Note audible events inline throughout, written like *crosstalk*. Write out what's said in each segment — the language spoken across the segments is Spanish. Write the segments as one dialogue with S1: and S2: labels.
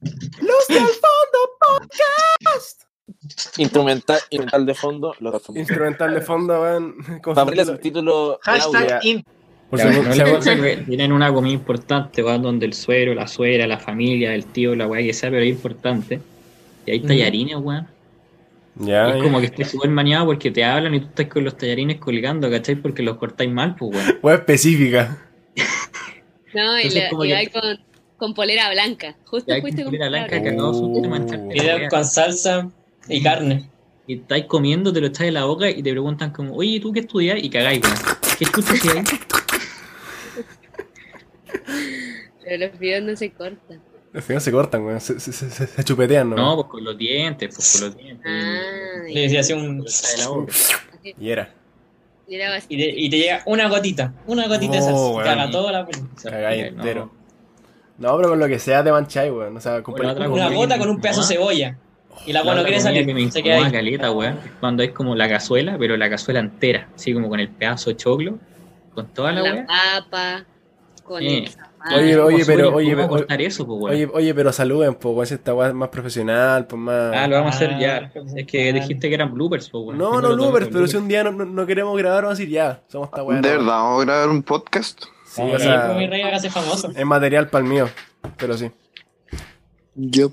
S1: Luz del fondo podcast.
S2: Instrumental, instrumental de fondo. Los
S3: Instrumental de fondo, weón. *laughs* Como
S2: Para abrir el
S3: si-
S2: subtítulo.
S4: Hashtag
S3: Claudia.
S4: in-
S3: Por
S5: Ya,
S3: si-
S5: no
S3: si-
S5: le-
S3: si-
S5: Tienen una comida importante, va donde el suero, la suegra, la familia, el tío, la weá que sea, pero es importante. Y hay tallarines, weón. Y
S3: Ya,
S5: es como
S3: Mm. Ah, ya.
S5: que estoy súper maniado porque te hablan y tú estás con los tallarines colgando, ¿cachai? Porque los cortáis mal, pues, weón.
S3: Wea específica.
S6: No, y,
S5: Entonces,
S6: la-
S5: como
S6: y
S5: que-
S6: va con, con polera blanca. Justo
S5: Y hay
S6: fuiste con
S5: cultura
S6: polera
S5: blanca
S6: blanca.
S5: que acabó su
S3: Oh.
S5: mancharte la
S4: Video
S5: weá.
S4: con salsa y carne.
S5: Y estáis comiendo, te lo echáis en la boca y te preguntan como, oye, ¿tú qué estudias? Y cagáis, weón. ¿Qué chucha estudiáis?
S6: Pero los videos no se cortan.
S3: Al final se cortan, weón. Se, se, se- se chupetean, ¿no?
S5: No, pues con los dientes, pues con los dientes.
S6: Ah,
S4: Le decía así
S5: Te
S4: un.
S5: lo echáis en la boca.
S3: Y era.
S6: y era bastante.
S4: Y, te- y te llega una gotita. Una gotita de
S3: Oh,
S4: salsa.
S3: weón.
S4: Caga toda la película.
S5: O sea,
S3: Cagáis
S5: no.
S3: entero. No, pero con lo que sea te mancháis, weón. O sea, con
S5: Bueno,
S3: película-
S5: otra
S4: Una
S5: comida
S4: gota
S5: que
S4: con
S5: me
S4: un pedazo de
S5: incomoda.
S4: cebolla. Y la
S5: La
S4: agua no quiere
S5: comida
S4: salir.
S5: que me
S4: Se queda
S5: incomoda
S4: ahí.
S5: caleta, weón, es cuando es como la cazuela, pero la cazuela entera, así como con el pedazo de choclo, con toda
S6: Con
S5: la
S6: la
S5: weá.
S6: papa, con
S5: Sí.
S6: el zapato.
S3: Oye,
S5: Como
S3: oye, pero-
S5: suyo,
S3: oye,
S5: ¿cómo
S3: pero-
S5: cortar eso, pues, weón?
S3: Oye, oye, pero saluden, pues, weón. Si esta weá es más profesional, pues más.
S5: Ah, lo vamos a hacer
S4: Ah,
S5: ya. Es que
S4: ah.
S5: dijiste que eran bloopers, pues, weón.
S3: No, no, bloopers, pero si un día no, no- no queremos grabar, vamos a decir ya. Somos esta weá.
S7: ¿De verdad vamos a grabar un podcast?
S3: Sí,
S4: Sí,
S5: Ah,
S3: o sea,
S4: pues, mi rey, hágase famoso.
S3: es material para el mío. Pero sí.
S7: Yo,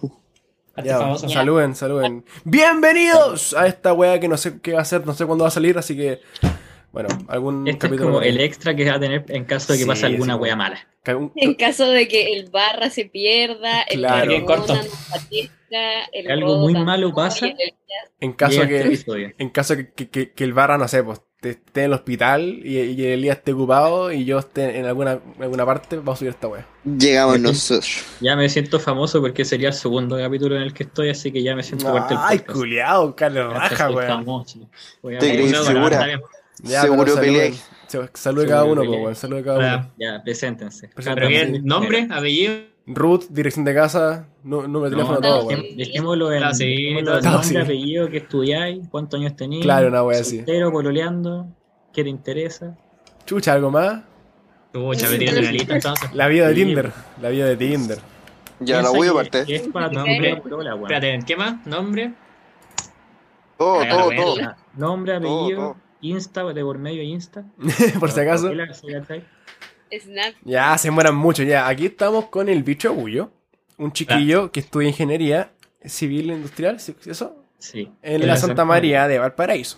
S4: Hazte
S3: Ya,
S4: famoso.
S3: saluden, saluden. Bienvenidos a esta weá que no sé qué va a ser, no sé cuándo va a salir, así que. Bueno, algún
S5: Este es
S3: capítulo.
S5: como el extra que va a tener en caso de que
S3: Sí, pues.
S5: pase alguna
S3: sí,
S5: wea mala.
S3: ca- un-
S6: En caso de que el barra se pierda, el
S3: Claro.
S6: Ramona
S4: Que corto.
S6: no aparezca, el
S5: Algo muy
S6: Rodo
S5: malo
S6: tampoco,
S5: pasa.
S6: y el-
S3: en caso
S5: Llega este
S3: que.
S5: episodio.
S3: En caso que, que- que- que el barra, no sé, pues te- esté en el hospital y, y el día esté ocupado y yo esté en alguna, en alguna parte, vamos a subir esta weá.
S7: Llegamos
S5: Ujú.
S7: nosotros.
S5: Ya me siento famoso porque sería el segundo capítulo en el que estoy, así que ya me siento parte del
S3: Ay,
S5: podcast.
S3: culiao, Carle
S5: Ya
S3: raja,
S5: soy
S3: weón.
S5: famoso. Voy a
S7: Te
S5: hablar
S7: creí
S5: ahora,
S7: segura.
S5: está bien.
S7: Seguro
S3: peleé.
S7: peleáis.
S3: Saludos cada
S5: Seguro
S3: uno,
S5: peleáis.
S3: pues, weón. Saludos cada uno.
S4: Ya.
S5: Ya, preséntense.
S3: Preséntense.
S4: Pero bien, nombre, apellido.
S3: Ruth, dirección de casa, nu- número de
S5: No,
S3: teléfono,
S5: no,
S3: todo,
S6: sí.
S3: weón.
S5: Dejémoslo en,
S4: Ah, sí,
S5: dejémoslo
S4: todo
S5: en
S3: sí.
S5: nombre,
S3: Ah, sí.
S5: apellido, que estudiáis, cuántos años tenéis.
S3: Claro, una wea así.
S5: Soltero, pololeando, qué te interesa.
S3: Chucha, algo más.
S4: Pucha, me tiran de la lista entonces.
S3: La vida de
S5: Sí.
S3: Tinder. La vida de Tinder.
S7: Ya la
S4: Piensa
S7: voy a
S4: que-
S7: partir.
S5: ¿Qué es para tu
S4: No,
S5: primera
S4: hombre.
S5: polola, weón?
S4: Espérate, ¿qué más? Nombre.
S7: Todo, Oh,
S4: Cagada,
S7: todo,
S4: verga.
S7: todo.
S5: Ya, Nombre,
S7: Todo,
S5: apellido,
S7: todo.
S5: Insta, de por medio Insta.
S3: *laughs* Por si acaso.
S5: Polola, sí, ¿cachai?
S6: Snap,
S3: Ya, se mueran mucho. Ya, aquí estamos con el bicho Bullo. Un
S4: Ah.
S3: chiquillo que estudia ingeniería civil e industrial, ¿sí- eso?
S5: Sí.
S3: En la Santa María de Valparaíso.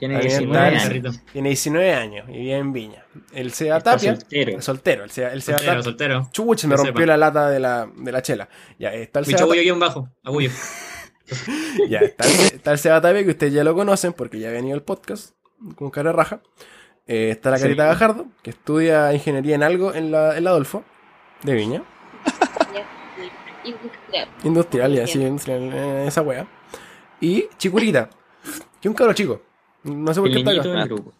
S5: Tiene
S3: Ahí está
S5: 19
S3: el
S5: años.
S4: Perrito.
S3: Tiene 19 años y vive en Viña. El Seba
S5: Está
S3: Tapia.
S5: soltero.
S3: Soltero, el Seba, el Seba
S4: Soltero,
S3: Tapia.
S4: soltero.
S3: Chuch, me
S4: Que
S3: rompió
S4: sepa.
S3: la lata de la, de la chela. Ya eh, está el Seba Tapia.
S4: Bicho agullo guión bajo.
S3: *laughs*
S4: Agullo.
S3: Ya, está el, está el Seba Tapia, que ustedes ya lo conocen porque ya ha venido al podcast con cara raja. Eh, está la
S5: Sí.
S3: Carita Gajardo, que estudia ingeniería en algo en la, en la Adolfo, de Viña.
S6: y- industrial.
S3: Industrial, ya,
S6: Bien.
S3: sí, industrial, eh, esa wea. Y Chicurita, que un cabro chico. No sé por
S5: El
S3: qué está
S5: niñito
S3: acá.
S5: del grupo.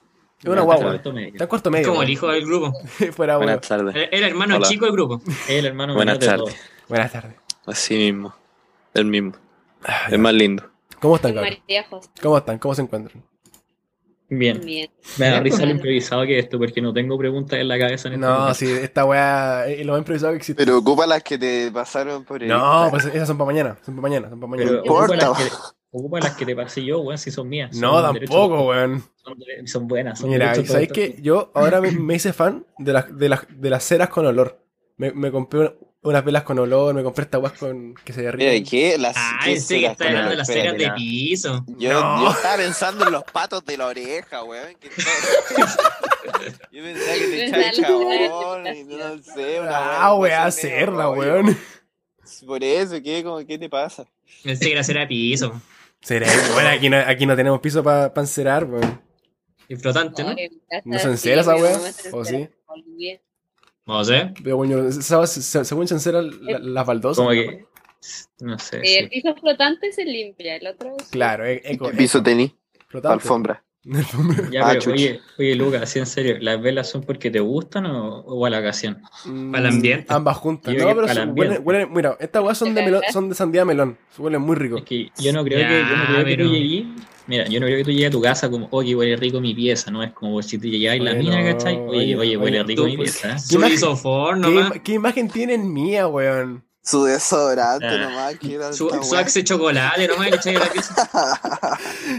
S3: Es una
S5: Está
S3: guagua.
S5: cuarto medio.
S3: Está en cuarto
S4: Es
S3: medio.
S4: como el hijo del grupo.
S3: *laughs* Fuera, bueno.
S8: Buenas tardes.
S4: Era el hermano
S8: Hola.
S4: chico del grupo.
S5: El hermano
S8: Buenas
S5: menor de
S8: tardes.
S5: todos.
S3: Buenas tardes.
S8: Así mismo. El mismo.
S3: Ah,
S8: El más lindo.
S3: ¿Cómo están, cabros?
S6: María José,
S3: ¿Cómo están? ¿Cómo se encuentran?
S5: Bien.
S6: bien.
S5: Me da
S6: Bien.
S5: risa lo improvisado que es esto, porque no tengo preguntas en la cabeza en este
S3: No,
S5: momento.
S3: sí, esta wea es lo más improvisado que existe.
S7: Pero ocupa las que te pasaron por ahí.
S3: No, pues esas son para mañana. Son para mañana, son para mañana.
S5: Pero
S7: No
S5: ocupa
S7: importa.
S5: las, que, ocupa las que te pasé yo, weón, si son mías.
S3: No,
S5: Son derechos-
S3: tampoco, weón.
S5: Son, dere- son buenas. Son
S3: Mira,
S5: derechos
S3: ¿sabéis
S5: totales.
S3: que yo ahora me, me hice fan de las, de, las, de las ceras con olor? Me, me compré una- unas velas con olor, me compré estas guas con que se
S7: Mira,
S3: derriten.
S7: ¿y ¿qué? Las,
S4: Ah,
S7: ¿qué
S4: ese que
S7: ceras?
S4: está hablando de las
S7: Espérate,
S4: ceras de
S7: espérate.
S4: piso.
S7: Yo,
S3: No.
S7: yo estaba pensando en los patos de la oreja, weón. que
S3: *laughs*
S7: todo- yo pensaba que te echaba el chabón y no sé, una
S3: Ah,
S7: weá,
S3: weá,
S7: no sé,
S3: hacerla,
S7: oye,
S3: weón.
S7: Por eso, ¿qué, como, ¿qué te pasa?
S4: Ese que era cera de piso.
S3: Será, bueno, aquí no, aquí no tenemos piso para encerar, weón.
S4: Y flotante, ¿no?
S6: en casa,
S3: ¿No se
S6: sí,
S3: encera esa
S6: mi
S3: weá?
S6: mamá se
S3: ¿O
S6: encera
S3: sí?
S6: con el bien.
S4: No sé.
S3: Pero, bueno, se- se- según se encera la- las baldosas.
S5: Como
S3: ¿no?
S5: que. No sé.
S6: Eh, El
S5: sí.
S6: piso flotante se limpia, el otro es
S3: Claro, e- eco,
S7: ¿Qué piso
S3: eco,
S7: tení?
S3: flotante.
S7: Alfombra.
S5: Ya,
S8: Ah,
S5: pero
S8: chucha.
S5: oye, oye, Lucas, así en serio, ¿las velas son porque te gustan o, o a la ocasión?
S4: Para el ambiente.
S3: Mm, Ambas juntas.
S5: Yo
S3: No,
S5: creo que
S3: pero
S5: para
S3: sí,
S5: el ambiente.
S3: huelen, huelen- mira, estas weas son de, melón- son de sandía melón. Huelen muy rico.
S5: Es que yo no creo, que, yo no
S4: Ya,
S5: creo que
S4: pero-
S5: tú llegues. Mira, yo no creo que tú llegues a tu casa como, oye, huele rico mi pieza, ¿no? Es como si te llegáis la
S3: Oye,
S5: mina,
S3: no,
S5: ¿cachai?
S3: oye,
S5: Oye, oye, huele
S3: oye,
S5: rico
S4: tú,
S5: mi
S4: pues,
S5: pieza. ¿eh?
S4: Su
S3: imagen-
S4: isofor
S3: ¿Qué,
S4: nomás.
S3: im- qué imagen tienen mía, weón?
S7: Su desodorante
S5: Ah.
S7: nomás, que era
S4: Su,
S7: esta
S4: su
S7: weá.
S4: axe chocolate nomás, ¿cachai? La pieza.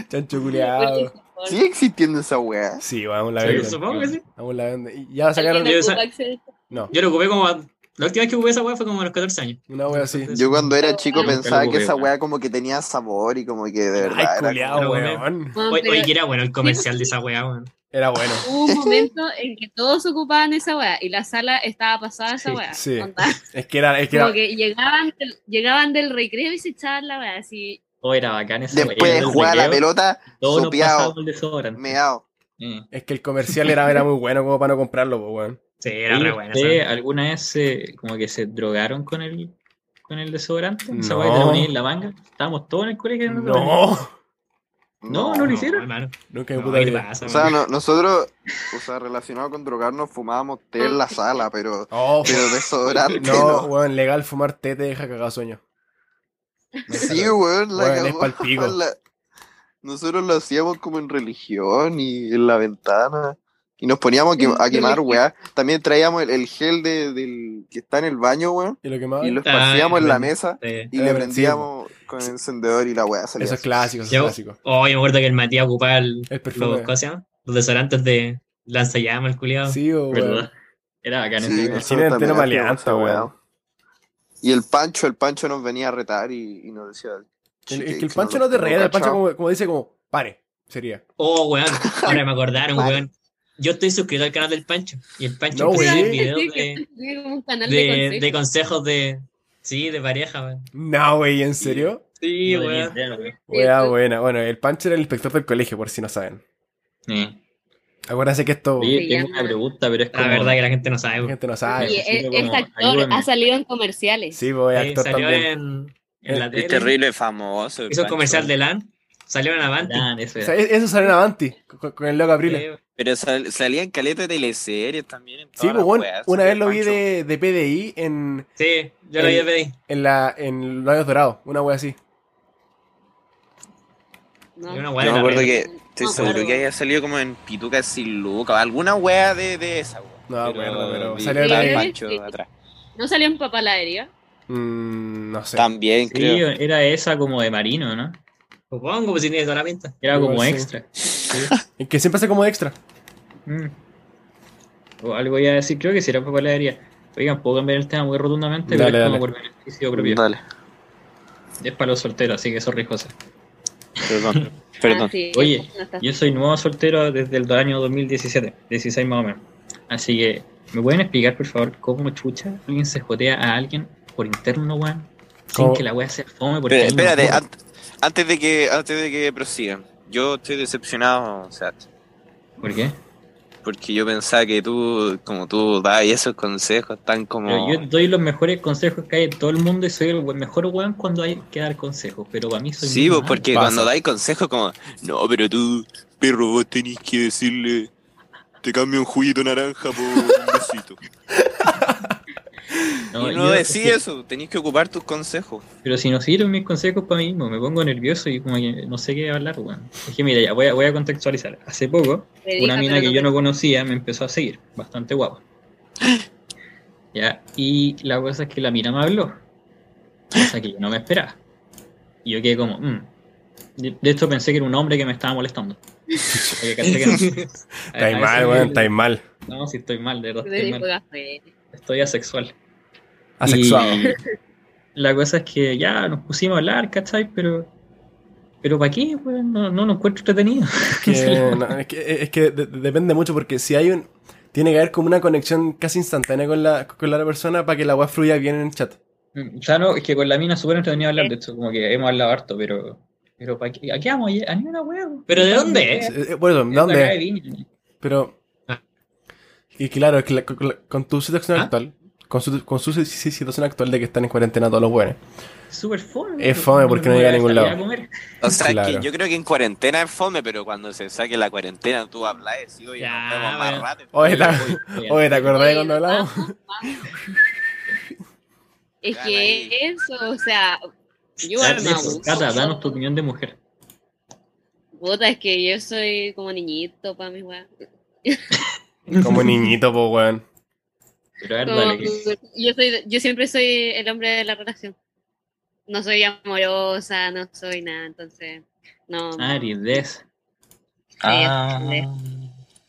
S3: Chancho
S6: *laughs* Porque
S3: culiado.
S6: por favor,
S7: Sigue existiendo esa weá.
S3: Sí, weón, aún la
S4: Sí,
S3: venden.
S4: supongo que sí.
S3: Aún la venden. Y ya la sacaron
S6: alguien
S4: Yo sa-
S6: ocupa acceder-
S3: No,
S4: Yo lo ocupé como. a- La última vez que ocupé esa weá fue como a los 14 años.
S3: una wea así.
S7: Yo cuando era chico
S5: Yo nunca
S7: pensaba
S5: lo
S7: que esa
S5: probé,
S7: weá como que tenía sabor y como que de
S3: Ay,
S7: verdad era
S3: culiado,
S4: como-
S3: weón.
S6: Bueno,
S4: Oye,
S6: pero
S4: oye, que era bueno el comercial de esa weá, weón.
S3: Era bueno.
S6: Hubo un momento en que todos ocupaban esa weá y la sala estaba pasada esa
S3: Sí,
S6: weá.
S3: sí.
S6: Onda.
S3: Es que era, es que
S6: Como
S3: era.
S6: que llegaban del, llegaban del recreo y se echaban la weá así.
S5: O Oh, era bacán esa
S7: Después de
S5: del
S7: jugar a la
S5: recreo,
S7: pelota,
S5: Todos nos
S7: sopeado.
S5: pasábamos el desodorante.
S7: meao.
S5: Eh.
S3: Es que el comercial era, era muy bueno como para no comprarlo, pues, weón.
S4: Sí, era
S5: Oye,
S4: re buena esa.
S5: ¿ustedes alguna vez se, como que se drogaron con el, con el desodorante? ¿Esa
S3: No.
S5: weá que te la ponías en la manga? Estábamos todos en el colegio. dando desodorante.
S3: No.
S5: No, no
S4: No,
S5: lo hicieron.
S4: hermano.
S3: Nunca me
S4: No,
S3: puta
S4: ¿qué te
S3: vida.
S4: pasa,
S7: O sea,
S4: weón?
S7: no- nosotros, o sea, relacionado con drogarnos, fumábamos té en la sala, pero,
S3: Oh,
S7: pero desodorante
S3: *laughs* no,
S7: no.
S3: weón, legal fumar té te deja cagar sueño.
S7: Sí, weón, la
S3: Weón, es
S7: cagó,
S3: pa'l
S7: *laughs*
S3: pico.
S7: la- Nosotros lo hacíamos como en religión y en la ventana. Y nos poníamos a, quem- a quemar, weá. También traíamos el, el gel de- del que está en el baño, weón.
S3: Y lo que más.
S7: Y lo
S4: Ah,
S7: esparcíamos en la
S4: bueno.
S7: mesa
S4: Sí.
S7: y
S3: Ah,
S7: le
S3: bueno,
S7: prendíamos con el encendedor y la weá salía.
S3: Eso es
S7: así.
S3: clásico, eso es
S4: Oh, Yo-
S3: clásico.
S4: Oye, me acuerdo que el Matías ocupaba el-
S3: El
S4: los,
S3: perfume.
S4: ¿cómo se llama? Los desodorantes de lanzallamas, el culiado.
S3: Sí, o
S5: ¿Verdad? Era bacán
S7: Sí,
S5: ese
S3: el
S7: nosotros
S3: cine entero
S7: también hacíamos
S3: maleante,
S7: esa weá.
S3: weón.
S7: Y el Pancho, el Pancho nos venía a retar y, y nos decía.
S3: El-
S7: "Chiques,
S3: es que el
S7: no
S3: Pancho
S7: lo-
S3: no te reta, el Pancho
S7: cachamos".
S3: como, como dice como, pare, sería.
S4: Oh, weón, ahora me acordaron,
S7: Vale.
S4: weón. Yo estoy suscrito al canal del Pancho. Y el Pancho
S3: No,
S4: empieza a hacer
S3: güey.
S4: videos
S6: Sí, que
S4: de,
S6: tenía como un canal de,
S4: de,
S6: consejos.
S4: de consejos de. Sí, de pareja, weón.
S3: No, wey, ¿en serio?
S4: Sí,
S5: No tenía
S4: weón.
S5: idea, weón.
S3: Wea buena. Bueno, el Pancho era el inspector del colegio, por si no saben.
S5: Eh.
S3: Acuérdense que esto
S5: Oye,
S6: Se
S5: tengo
S6: llama-
S5: una pregunta, pero es
S4: La
S5: como...
S4: verdad que la gente no sabe,
S3: la
S4: weón.
S3: gente no
S6: Y
S3: sabe.
S5: Sí,
S6: e-
S5: como,
S6: este actor
S5: ayúdame.
S6: ha salido en comerciales.
S3: Sí, voy
S4: Sí,
S3: actor
S4: Eh, salió
S3: también.
S4: en, en la
S8: Es
S4: tele.
S8: terrible famoso. el
S4: Hizo un
S8: Pancho.
S4: comercial de LAN. Salió en Avanti.
S5: Nah, eso
S3: O
S5: era.
S3: sea, e- eso salió en Avanti, con, con el loco Apriles.
S4: Eh,
S8: Pero sal- salía en caleta de teleseries también. En
S3: Sí,
S8: todas las
S3: pues, bueno,
S8: weas,
S3: una
S8: el
S3: vez lo vi
S8: Pancho.
S3: de, de PDI en,
S4: Sí, yo lo vi
S3: El-
S4: de pedí.
S3: en, la, en Los Años Dorados, una wea así.
S6: ¿no?
S4: Una
S8: Yo
S4: buena
S8: me acuerdo
S4: red.
S8: que estoy
S6: No,
S8: seguro
S6: Ah, claro.
S8: que haya salido como en Pituca sin Luca. o Alguna wea de, de esa wea.
S3: No me acuerdo, pero
S8: vi-
S3: salió
S8: vi
S3: de
S8: al
S6: ahí.
S8: Pancho
S6: Sí.
S8: atrás.
S6: ¿No salió en Papá la Deriva?
S3: Mm, no sé.
S8: También,
S5: Sí,
S8: creo.
S5: era esa como de marino, ¿no?
S4: Supongo, pues si tiene toda la pinta.
S5: Era
S3: Igual
S5: como
S3: sí.
S5: extra.
S3: Es que siempre hace como extra.
S5: Mm. O algo iba a decir, creo que si era papelería. Oigan, puedo cambiar el tema muy rotundamente,
S3: Dale,
S5: pero es
S3: dale.
S5: como por beneficio propio.
S7: Dale.
S5: Es para los solteros, así que sorry, José.
S8: Perdón. Perdón.
S6: Ah, sí,
S5: Oye,
S6: no está-
S5: Yo soy nuevo soltero desde el año 2017, 16 más o menos. Así que, ¿me pueden explicar, por favor, cómo chucha alguien se jotea a alguien por interno, weón? Sin
S3: ¿Cómo?
S5: que la weá sea fome, porque
S8: Pero,
S5: ahí no
S8: espérate,
S5: ocurre.
S8: an- antes de que antes de que prosigan, yo estoy decepcionado, o sea, ah,
S5: ¿Por qué?
S8: porque yo pensaba que tú, como tú dabas esos consejos tan como...
S5: Pero yo doy los mejores consejos que hay en todo el mundo y soy el we- mejor weón cuando hay que dar consejos, pero para mí soy
S8: Sí,
S5: muy
S8: vos,
S5: malo.
S8: porque
S3: Pasa.
S8: cuando dais consejos como, no, pero tú, perro, vos tenés que decirle, te cambio un juguito naranja por un
S3: *laughs*
S8: besito.
S5: No,
S8: y
S5: yo-
S8: no decís
S5: es que-
S8: eso, tenés que ocupar tus consejos.
S5: Pero si no sirven mis consejos para mí mismo, me pongo nervioso y como que no sé qué hablar, weón. Es que mira, ya voy a, voy a contextualizar. Hace poco,
S6: Deriva,
S5: una mina
S6: pero
S5: que yo no conocía me empezó a seguir,
S3: *gasps*
S5: bastante guapa. Ya, y la cosa es que la mina me habló, cosa que yo no me esperaba. Y yo quedé como, mm. de, de esto pensé que era un hombre que me estaba molestando. Porque caché
S3: *laughs*
S5: que no. A- a
S3: Está
S5: ese
S3: mal,
S5: nivel-
S3: weón, está mal.
S5: No, si estoy mal, de verdad estoy
S6: Deriva
S5: mal.
S6: fue-
S5: Estoy asexual.
S3: Asexuado.
S5: Y la cosa es que ya nos pusimos a hablar, ¿cachai? Pero. Pero ¿para qué? weón? no, no lo encuentro entretenido.
S3: Que, no, es que, es que de- de- depende mucho porque si hay un... Tiene que haber como una conexión casi instantánea con la, con la otra persona para que la wea fluya bien en el chat.
S5: Claro, es que con la mina es súper entretenido hablar, de hecho, como que hemos hablado harto, pero. Pero ¿para qué? ¿A qué vamos? A ni una hueá.
S4: ¿Pero de dónde es?
S3: Eh, eh, Por eso, ¿de
S5: De acá
S3: ¿dónde?
S5: de Viña.
S3: Pero...
S4: Ah.
S3: Y claro, es que la- con, con tu situación
S4: ¿Ah?
S3: actual, con su, con su si- si- situación actual de que están en cuarentena todos los buenos.
S5: Súper fome.
S3: Es fome porque no llega a ningún
S5: salir
S3: lado.
S5: comer.
S3: *laughs*
S9: O sea,
S3: Claro.
S9: que yo creo que en cuarentena es fome, pero cuando se saque la cuarentena tú hablas y decís, oye,
S4: Ya,
S9: nos vemos más
S4: bueno.
S9: rato.
S3: Oye, la-
S5: Oye,
S3: oye, ¿te acordás de
S6: Oye,
S3: cuando hablamos?
S6: vamos, vamos.
S8: *laughs*
S6: Es
S9: Gana ahí.
S6: que eso, o sea, yo
S4: Gana
S6: igual me
S4: eso,
S6: abuso.
S5: Cata, danos tu opinión de mujer.
S6: Puta, es que yo soy como niñito para mi weá.
S3: Como niñito, po, weón.
S5: Pero a ver,
S6: Como-
S5: dale. que-
S6: yo, soy, yo siempre soy el hombre de la relación. No soy amorosa, no soy nada, entonces. No.
S5: Aridez.
S6: Ah.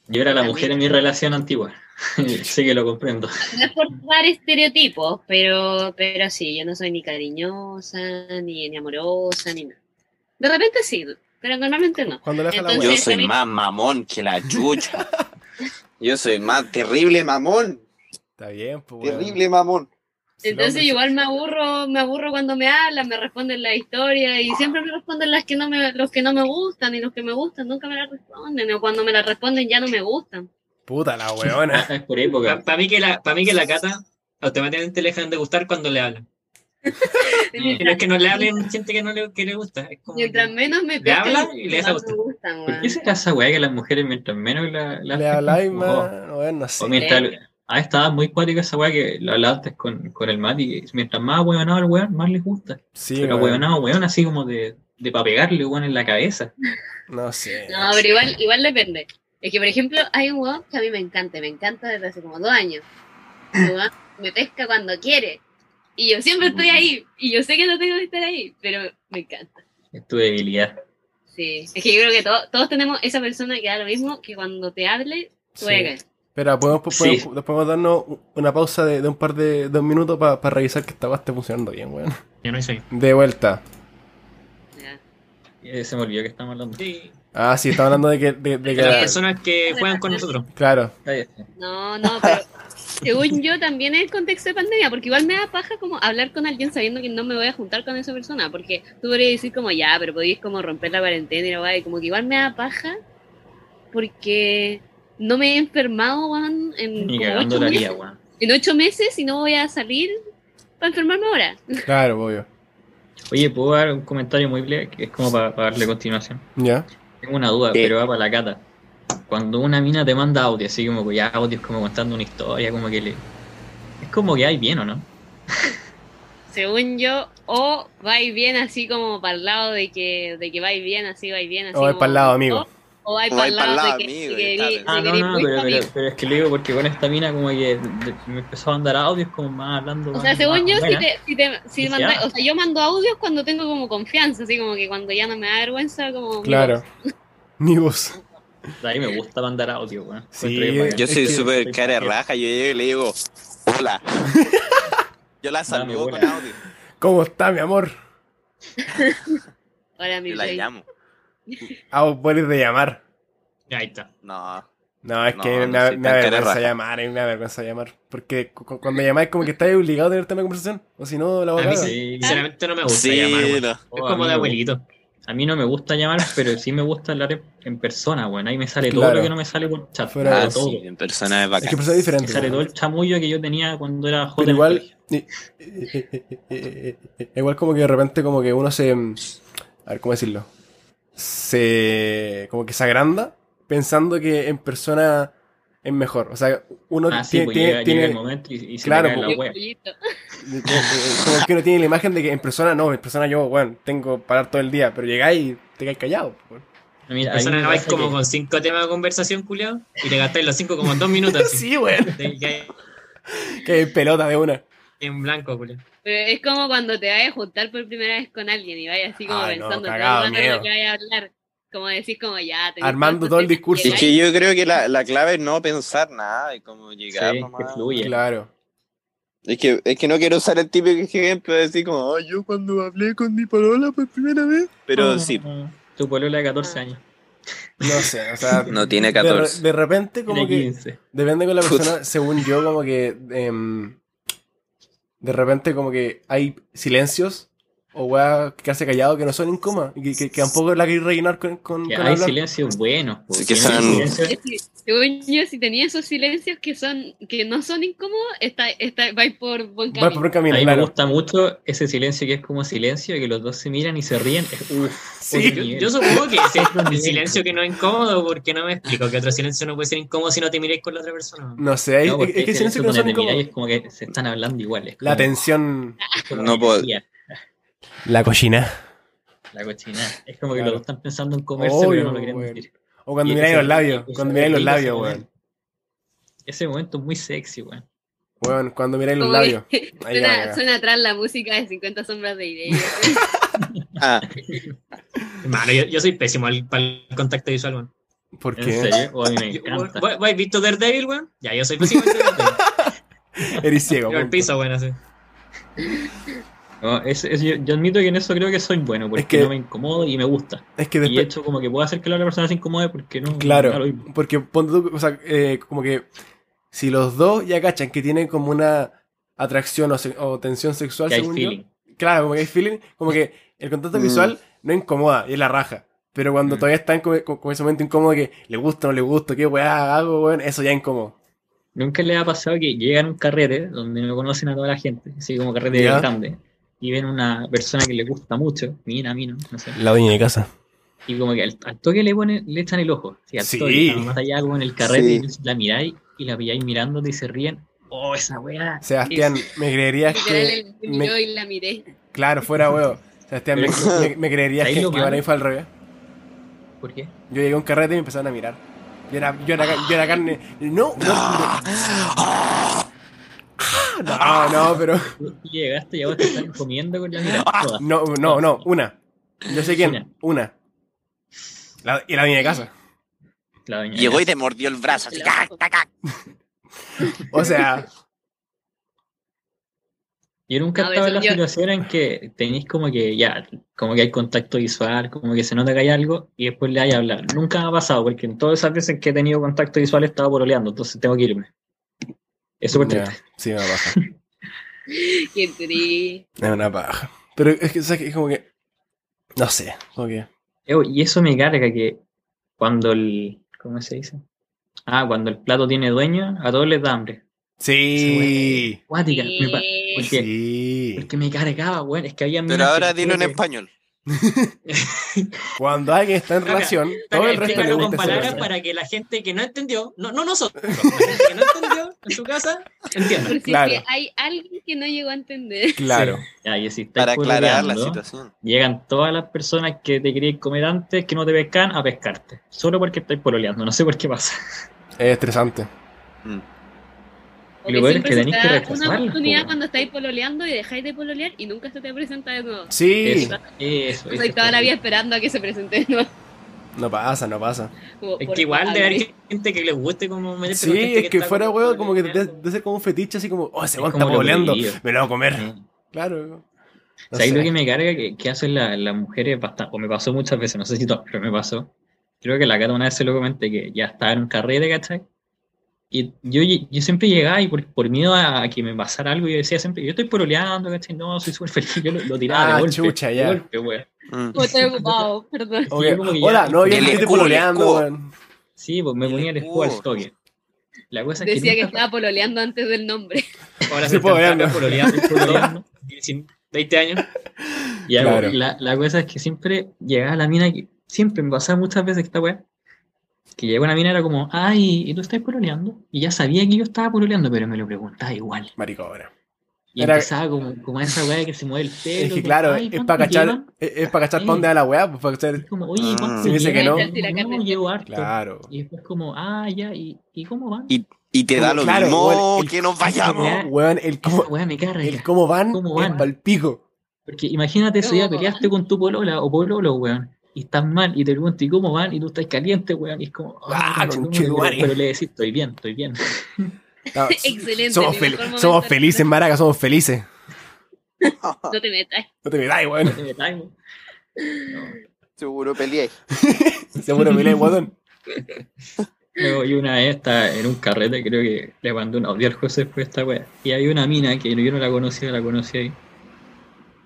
S5: Yo era la mujer en mi relación antigua. *laughs* sí que lo comprendo. *laughs*
S6: No es por dar estereotipos, pero, pero sí, yo no soy ni cariñosa, ni, ni amorosa, ni nada. De repente sí, pero normalmente no.
S3: Cuando le deja la
S6: Entonces-
S9: Yo
S3: weón.
S9: soy más mamón que la chucha. Yo soy más terrible mamón.
S3: Está bien, po, weón.
S7: Terrible mamón.
S3: Si el
S6: Entonces
S3: hombre-
S6: igual me aburro, me aburro cuando me hablan, me responden la historia y siempre me responden las que no me, los que no me gustan y los que me gustan nunca me la responden o cuando me la responden ya no me gustan.
S3: Puta la
S5: *laughs*
S3: weona.
S5: Es por época.
S4: Para mí, que la- pa' mí que la cata automáticamente le dejan de gustar cuando le hablan. Y no es que no le hablen gente que no le, que le gusta. Es como
S6: Mientras
S4: que-
S6: menos me
S4: Le habla y le deja
S6: más me gustan,
S5: ¿Por
S6: weón.
S5: qué será esa weá que las mujeres mientras menos la, la
S3: Le habláis
S5: *laughs* Oh.
S3: más, weón, no sé.
S5: O mientras... Ah, estaba muy cuática esa weá que lo hablaba antes con, con el Mati, que mientras más huevonado el weón, más les gusta.
S3: Sí,
S5: Pero
S3: weón.
S5: huevonado, weón, así como de, de para pegarle, weón, en la cabeza.
S3: No sé.
S6: No, pero igual, igual depende. Es que, por ejemplo, hay un weón que a mí me encanta, me encanta desde hace como dos años. El weón me pesca cuando quiere. Y yo siempre estoy ahí. Y yo sé que no tengo que estar ahí, pero me encanta.
S5: Es tu debilidad.
S6: Sí. Es que yo creo que to- todos tenemos esa persona que da lo mismo que cuando te hable,
S3: Sí.
S6: juega.
S3: Espera, ¿podemos,
S5: Sí.
S3: podemos, podemos darnos una pausa de, de un par de, de un minuto para revisar que esta weá esté funcionando bien, weón.
S4: Yo no soy.
S3: De vuelta.
S6: Ya.
S5: Eh, se me olvidó que estamos hablando.
S4: Sí.
S3: Ah, sí, estaba hablando de que. de- de que-
S4: Las *laughs* personas que juegan con nosotros.
S3: Claro.
S5: Cállate.
S6: No, no, pero según yo también es el contexto de pandemia, porque igual me da paja como hablar con alguien sabiendo que no me voy a juntar con esa persona, porque tú podrías decir como ya, pero podéis como romper la cuarentena y la weá, y como que igual me da paja porque no me he enfermado, weón, en,
S5: Ni
S6: como
S5: cagando
S6: ocho
S5: la
S6: meses,
S5: haría, weón.
S6: en ocho meses y no voy a salir para enfermarme ahora.
S3: Claro, obvio.
S5: Oye, ¿puedo dar un comentario muy breve? Que es como para, darle continuación.
S3: Ya.
S5: Tengo una duda,
S9: Sí.
S5: pero va para la cata. Cuando una mina te manda audio, así como que ya audio es como contando una historia, como que le... Es como que hay bien, ¿o no?
S6: Según yo, o vais bien así como para el lado de que, de que vais bien, así vais bien, así.
S3: O vais
S6: como-
S3: pa'l lado, amigo.
S6: O vais
S9: O
S6: para
S9: vais
S6: el
S9: pa'l
S6: lado
S9: lado,
S6: de que, de
S9: amigo, y
S6: que
S9: está
S6: queréis-
S9: bien.
S6: de
S5: Ah, no,
S6: queréis
S5: no,
S6: mucho,
S5: pero, pero-
S6: amigo.
S5: pero es que le digo porque con esta mina como que de- de- me empezó a mandar audios como más hablando...
S6: O sea,
S5: más-
S6: según
S5: más
S6: yo, si
S5: buena.
S6: te, si te si
S5: Ya.
S6: manda- o sea, yo mando audios cuando tengo como confianza, así como que cuando ya no me da vergüenza, como...
S3: Claro. *laughs* Ni vos.
S5: A mí me gusta mandar audio, weón.
S3: Sí,
S5: Encuentro que es
S9: Yo
S5: bacán.
S9: soy
S3: Es que-
S9: súper cara de raja. Yo llego y le digo, hola. Yo la saludo con
S5: bola.
S9: audio.
S3: ¿Cómo está, mi amor?
S6: Hola, mi
S9: Yo la
S6: rey.
S9: llamo.
S3: Ah, vos podés de llamar.
S4: Ahí está.
S9: No.
S3: No, es
S9: No,
S3: que me,
S9: no
S3: da-
S9: soy
S3: me da
S9: tan
S3: vergüenza
S9: carerraja.
S3: llamar, a mí me da vergüenza llamar. Porque cu- cu- cuando llamáis como que estáis obligado a tener una conversación. O si no, la voy
S4: A
S3: a
S4: mí
S3: cagar.
S5: Sí.
S4: Sinceramente no me gusta
S9: Sí,
S4: llamar. weón.
S9: no.
S5: Oh,
S4: es como de
S5: amigo.
S4: abuelito.
S5: A mí no me gusta llamar, pero sí me gusta hablar en, en persona, weón. Ahí me sale todo
S3: Claro.
S5: lo que no me sale por chat.
S3: Fuera
S5: Ah,
S9: Ah,
S3: de-
S5: todo.
S9: sí, en persona es
S3: Es que
S9: bacán.
S3: personas
S5: Me sale todo
S3: diferentes.
S5: el chamullo que yo tenía cuando era
S3: Pero
S5: joven. en el
S3: igual.
S5: colegio.
S3: i- i- i- i- i- Igual como que de repente como que uno se. mm, A ver, ¿cómo decirlo? Se. como que se agranda pensando que en persona es mejor. O sea, uno
S5: Ah, sí,
S3: tiene-
S5: pues
S3: tiene-
S5: llega, llega el
S3: tiene,
S5: momento y, y se
S3: Claro,
S5: me cae
S6: Mi
S5: la
S3: pues-
S5: wea.
S6: pollito.
S3: Como que uno tiene la imagen de que en persona no, en persona yo, bueno, tengo que parar todo el día, pero llegáis y te quedáis callado. weón.
S5: A mí- a mí
S4: Persona
S5: me
S4: que vais
S5: pasa
S4: como
S5: que-
S4: con cinco temas de conversación, culiado, y te gastáis los cinco como en dos minutos.
S3: *laughs*
S4: así.
S3: Sí,
S4: *laughs*
S3: weón.
S4: Te quedáis
S3: Que pelota de una.
S4: en blanco, culiado.
S6: Pero es como cuando te vayas a juntar por primera vez con alguien y vayas así como
S3: Ay, no,
S6: pensando todo el
S3: cagado,
S6: rato de
S3: miedo.
S6: lo que vayas a hablar. Como decís como ya... tenés
S3: Armando
S6: tantos
S3: todo el
S6: temas
S3: discurso.
S6: que
S9: Es
S3: Es
S9: que
S6: hay.
S9: yo creo que la, la clave es no pensar nada y como llegar
S5: Sí, que
S9: nomás.
S5: fluye.
S3: Claro.
S9: Es que, es que no quiero usar el típico ejemplo de decir como, "Ay, yo cuando hablé con mi polola por primera vez. Pero
S5: Ah,
S9: sí,
S5: Tu polola de 14 años.
S3: No sé, o sea.
S9: *laughs* no tiene
S3: De,
S9: 14.
S3: de repente, como
S5: Tiene
S3: que.
S5: 15.
S3: Depende con la
S9: Puta.
S3: persona, según yo, como que. em, de repente, como que hay silencios o weá quedarse callado que no son en coma y que, que, que tampoco la queréis rellenar con, con,
S5: Que
S3: con
S5: hay
S3: hablar.
S5: silencios buenos. pues, po.
S8: Sí, que
S5: Tiene
S8: son-
S5: silencio-
S6: *laughs* Es que, según yo, si tenía esos silencios que son que no son incómodos, está, está, vais por buen
S3: Vas por
S6: camino.
S3: un camino,
S5: A mí me
S3: claro.
S5: gusta mucho ese silencio que es como silencio, que los dos se miran y se ríen. Es- Uf,
S3: Sí.
S5: otro
S4: Yo,
S5: nivel.
S4: yo supongo que ese es el silencio que no es incómodo, porque no me explico que otro silencio no puede ser incómodo si no te miráis con la otra persona.
S3: No sé, hay-
S5: No,
S3: es,
S5: porque
S3: es que
S5: hay
S3: el silencio
S5: silencio
S3: que no
S5: donde
S3: son
S5: te miráis
S3: incómodos.
S5: es como que se están hablando igual. es
S3: La
S5: como-
S3: tensión.
S5: como
S8: No puedo-
S5: energía,
S3: La cochina.
S5: La cochina. Es como que
S3: Claro.
S5: los dos están pensando en comerse, pero no
S3: Obvio,
S5: lo quieren
S3: weón.
S5: decir.
S3: O cuando
S5: Y
S3: miráis
S5: ese-
S3: los labios.
S5: ese-
S3: Cuando miráis los
S5: ese
S3: labios,
S5: momento.
S3: weón.
S5: Ese momento es muy sexy, weón.
S3: Weón, cuando miráis los
S6: Como que- *laughs*
S3: labios. Ahí va,
S6: Suena,
S3: weón.
S6: suena atrás la música de 50 sombras
S3: *laughs*
S6: de Grey.
S9: Ah,
S4: Hermano, yo, yo soy pésimo al- para el contacto visual, weón.
S3: ¿Por
S5: ¿En
S3: qué?
S5: serio? Oh, a mí
S4: *laughs*
S5: me
S4: Yo-
S5: encanta.
S4: ¿Vos vos has visto Daredevil, weón? Ya, yo soy pésimo al
S5: *laughs*
S4: Daredevil.
S3: *laughs* Eres ciego.
S4: Yo al
S3: punto.
S4: piso, weón, así.
S5: No, es- es- yo, yo admito que en eso creo que soy bueno, porque
S3: que-
S5: no me incomodo y me gusta.
S3: Es que
S5: Y de
S3: después.
S5: hecho, como que puedo hacer que la otra persona se incomode porque no. no
S3: Claro,
S5: lo mismo.
S3: porque ponte tú, o sea, eh, como que si los dos ya cachan que tienen como una atracción o, se- o tensión sexual,
S5: que hay
S3: según yo,
S5: feeling.
S3: claro, como que hay feeling, como que el contacto
S9: Mm.
S3: visual no incomoda y es la raja. Pero cuando
S5: Mm.
S3: todavía están con, con- con ese momento incómodo de que le gusta o no le gusta, qué weá hago, weón, eso ya es incómodo.
S5: Nunca le ha pasado que llegan a un carrete donde no conocen a toda la gente, así como carrete
S3: Ya.
S5: grande, y ven una persona que le gusta mucho, mina, a mí no, no sé.
S3: La dueña de casa.
S5: Y como que al, al toque le ponen, le echan el ojo. así al
S3: Sí.
S5: toque, más allá como en el carrete,
S9: Sí.
S5: y la miráis y la pilláis mirándote y se ríen. Oh, esa weá.
S3: Sebastián, me creerías
S6: Literal,
S3: que.
S6: el
S3: me-
S6: miró y la miré.
S3: claro, fuera
S5: *laughs*
S3: weón. Sebastián, me, me- me creerías
S5: Ahí
S3: que,
S5: lo
S3: que para
S5: malo.
S3: mí fue al revés.
S5: ¿Por qué?
S3: Yo llegué a un carrete y me empezaron a mirar. Yo era, yo era, yo era carne. No, no, no, no, pero.
S5: Tú llegaste y ahora te están comiendo con
S3: *laughs*
S5: la mirada. Toda.
S3: No, no, no, una. Yo sé
S5: Una.
S3: quién, una. La- y la vine de casa.
S5: La doña.
S9: llegó y te mordió el brazo. así, ¡cac!
S3: O sea,
S5: Yo nunca
S6: A
S5: estaba en la
S6: veces yo-
S5: situación en que tenéis como que ya, como que hay contacto visual, como que se nota que hay algo y después le hay a hablar. Nunca me ha pasado porque en todas esas veces que he tenido contacto visual he estado pololeando, entonces tengo que irme. Es *laughs* súper
S3: ya,
S5: triste.
S3: sí, me baja.
S6: Qué triste.
S3: Es una baja. Pero es que, ¿sabes qué? Es como que. No sé, como que.
S5: Yo- Eh, Y eso me carga que cuando el. ¿Cómo se dice? Ah, cuando el plato tiene dueño, a todos les da hambre.
S3: Sí.
S5: Cuática, me pa-
S6: Eh,
S5: porque,
S3: Sí.
S5: porque me cargaba, weón. Es que había
S9: Pero
S5: minas que
S9: ahora
S5: te
S9: dilo en
S5: juro que-
S9: español.
S3: Cuando alguien está en
S4: Espera,
S3: relación, todo el resto le
S4: Explícalo con
S3: gusta esa
S4: palabras
S3: persona.
S4: para que la gente que no entendió, no, no nosotros, la gente que no entendió en su casa, entienda.
S6: Por si
S3: Claro.
S6: es que hay alguien que no llegó a entender.
S3: Claro.
S5: Ya, y si estáis
S9: Para aclarar la
S5: pololeando,
S9: situación.
S5: Llegan todas las personas que te querían comer antes, que no te pescan, a pescarte. Solo porque estáis pololeando, no sé por qué pasa.
S3: Es estresante.
S6: O
S5: Y lo peor es
S6: siempre
S5: que
S6: se
S5: tenés
S6: te
S5: que
S6: da
S5: rechazarlas,
S6: una oportunidad
S5: po.
S6: cuando estáis pololeando y dejáis de pololear y nunca se te presenta de nuevo.
S3: Sí.
S5: Eso, eso. eso
S6: Estoy
S5: es
S6: toda la
S5: terrible.
S6: vida esperando a que se presente de nuevo.
S3: No pasa, no pasa.
S6: Como,
S4: Es
S6: por
S4: que igual debe
S6: favor.
S4: haber gente que le guste como meterse con
S3: Sí,
S4: gente
S3: es que
S4: está
S3: fuera
S4: como-
S3: huevo, como que te-
S4: pololeando.
S3: debe ser como un fetiche, así como, oh, ese
S5: Es
S3: weón está
S5: como lo
S3: boleando,
S5: prohibido.
S3: me lo voy a comer.
S5: Sí.
S3: Claro.
S5: O
S3: No
S5: sea, ahí
S3: sé.
S5: lo que me carga que, que hacen la- las mujeres bastante, o me pasó muchas veces, no sé si todo, pero me pasó. Creo que la Cata una vez se lo comenté que ya estaba en un carrete, ¿cachai? Y yo, lle- yo siempre llegaba y por, por miedo a, a que me pasara algo, yo decía siempre, yo estoy poroleando, ¿cachai? No, soy súper feliz, yo lo, lo tiraba de
S3: Ah,
S5: golpe.
S3: chucha, ya.
S5: De golpe, weón.
S9: Mm.
S6: Como estoy
S5: *laughs*
S6: ocupado, perdón.
S3: Como
S5: yo
S3: que,
S5: como que ya-
S3: Hola, no, yo
S9: El
S3: estoy
S9: escudo, el
S3: pololeando,
S9: escudo.
S3: weón.
S5: Sí, pues me
S9: El
S5: ponía el escudo al
S9: escudo.
S5: toque. La cosa es que,
S6: Decía que
S5: nunca-
S6: estaba pololeando antes del
S5: *laughs*
S6: nombre.
S4: *laughs* Ahora
S3: Sí,
S4: se
S3: pololeando.
S4: está pololeando, *laughs* pololeando, y sin 20 años.
S5: Y algo-
S3: Claro.
S5: pues, la, la cosa es que siempre llegaba la mina, que siempre me pasaba muchas veces esta weá, que llegaba una mina era como, ay, ¿y tú estás pololeando? Y ya sabía que yo estaba pololeando, pero me lo preguntaba igual.
S3: Marico, ahora.
S5: Y
S3: Era-
S5: empezaba como, como esa weá de que se mueve el pelo.
S3: Es que
S5: como,
S3: claro,
S5: "Ay,
S3: es
S5: ¿cuánto
S3: para cachar,
S5: llevan?".
S3: es, es para cachar
S5: Sí.
S3: pa' dónde da la weá, pues para
S5: Y
S3: cachar.
S5: es como, oye,
S9: Mm.
S5: ¿cuánto
S9: Si
S3: me dice que
S5: llevan?".
S3: no-
S5: Y yo, "No, llevo harto".
S3: Claro.
S5: Y después como, ah, ya, ¿y, y cómo van?
S9: Y- Y te
S3: Como,
S9: da lo
S3: claro,
S9: mismo
S3: weón, el-
S9: que nos vayamos.
S5: Ya.
S3: Weón, el
S5: Esa
S3: cómo,
S5: weá me carga.
S3: el cómo van,
S5: ¿Cómo
S3: es
S5: van?
S3: pa'l pico.
S5: *laughs* Porque imagínate si ya peleaste con tu polola o pololo, weón. Y estás mal y te preguntan, ¿y cómo van? Y tú estás caliente, weón. Y es como,
S3: Ah,
S5: conche tu madre,
S3: conchetumare.
S5: Pero le decís, estoy bien, estoy bien.
S3: No,
S6: Excelente.
S3: somos,
S6: mi
S3: fel-
S6: mejor momento
S3: somos
S6: de-
S3: felices, Maraca, somos felices.
S6: No te metas.
S3: No te metáis,
S5: *laughs*
S3: weón.
S5: Te metáis, weón.
S9: Seguro peleé.
S3: Seguro me lees, weón.
S5: Luego, yo una vez estaba en un carrete, creo que le mandé un audio al José después de esta weá. Y había una mina que yo no la conocía, la conocí ahí.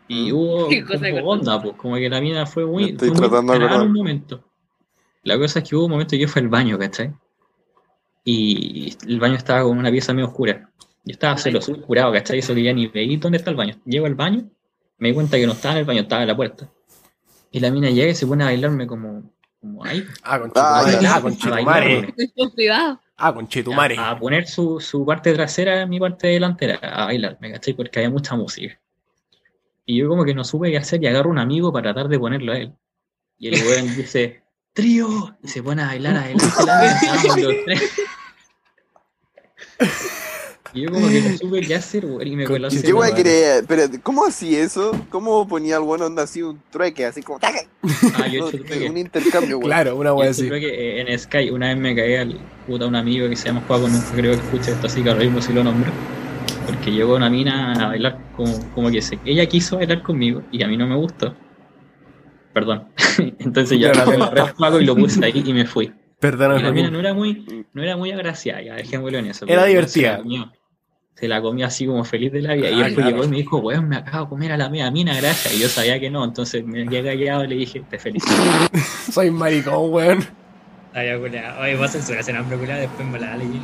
S5: Y hubo,
S6: *laughs* Qué cosa
S5: hubo
S6: cortante.
S5: onda, pues, como que la mina fue muy,
S7: Me estoy
S5: fue muy
S7: tratando de
S5: tarada en
S7: acordar.
S5: un momento. La cosa es que hubo un momento que yo fui al baño, ¿cachai? Y el baño estaba con una pieza medio oscura. Yo estaba celoso, curado, ¿cachai? Eso que ya ni veí dónde está el baño. Llego al baño, me di cuenta que no estaba en el baño, estaba en la puerta. Y la mina llega y se pone a bailarme como, como ahí.
S3: Ah, con
S7: Ah,
S3: Chetumare.
S5: ya.
S3: Ah, con Chetumare.
S6: Esto es privado.
S3: Ah, con Chetumare.
S5: A, a poner su, su parte trasera en mi parte delantera, a bailar, ¿me cachai? Porque había mucha música. Y yo como que no supe qué hacer y agarro un amigo para tratar de ponerlo a él. Y el weón dice, ¡Trío! Y se pone a bailar adelante. la danzamos los tres. y yo como que no supe qué hacer, weón, y me coló
S3: Conche-
S7: Qué
S3: Sí,
S7: wea
S3: no,
S7: quería. Pero, ¿cómo así eso? ¿Cómo ponía al buen onda así un trueque? Así como. ¡taca!
S5: Ah, yo
S7: No, *laughs*
S5: chutruqué.
S7: un intercambio, weón.
S3: Claro, una
S5: Yo
S3: wea así.
S5: chutruqué, eh, en Sky una vez me caí al puta un amigo que se llama Juaco, nunca creo que escuche esto, así que ahora mismo sí lo nombro. Porque llegó una mina a bailar como, como que se, ella quiso bailar conmigo y a mí no me gustó. Perdón. *laughs* Entonces yo
S3: Ya,
S5: agarré
S3: la-
S5: el red Juaco y lo puse ahí y me fui. Y la
S3: Perdóname.
S5: mina
S3: Joaquín.
S5: no era muy, no era muy agraciada, ya dejémoslo en eso.
S3: Era
S5: pero
S3: divertida.
S5: Se la, comió, se la comió así como feliz de la vida. y
S3: Ah,
S5: después
S3: claro.
S5: llegó y me dijo, weón, me acabo de comer a la media mina, gracias. Y yo sabía que no, entonces me quedé callado y le dije, te felicito.
S3: *laughs* Soy un maricón, weón.
S4: Ay, ya, culiao. Ay, vos censuras ese nombre, culiao, después me la leí.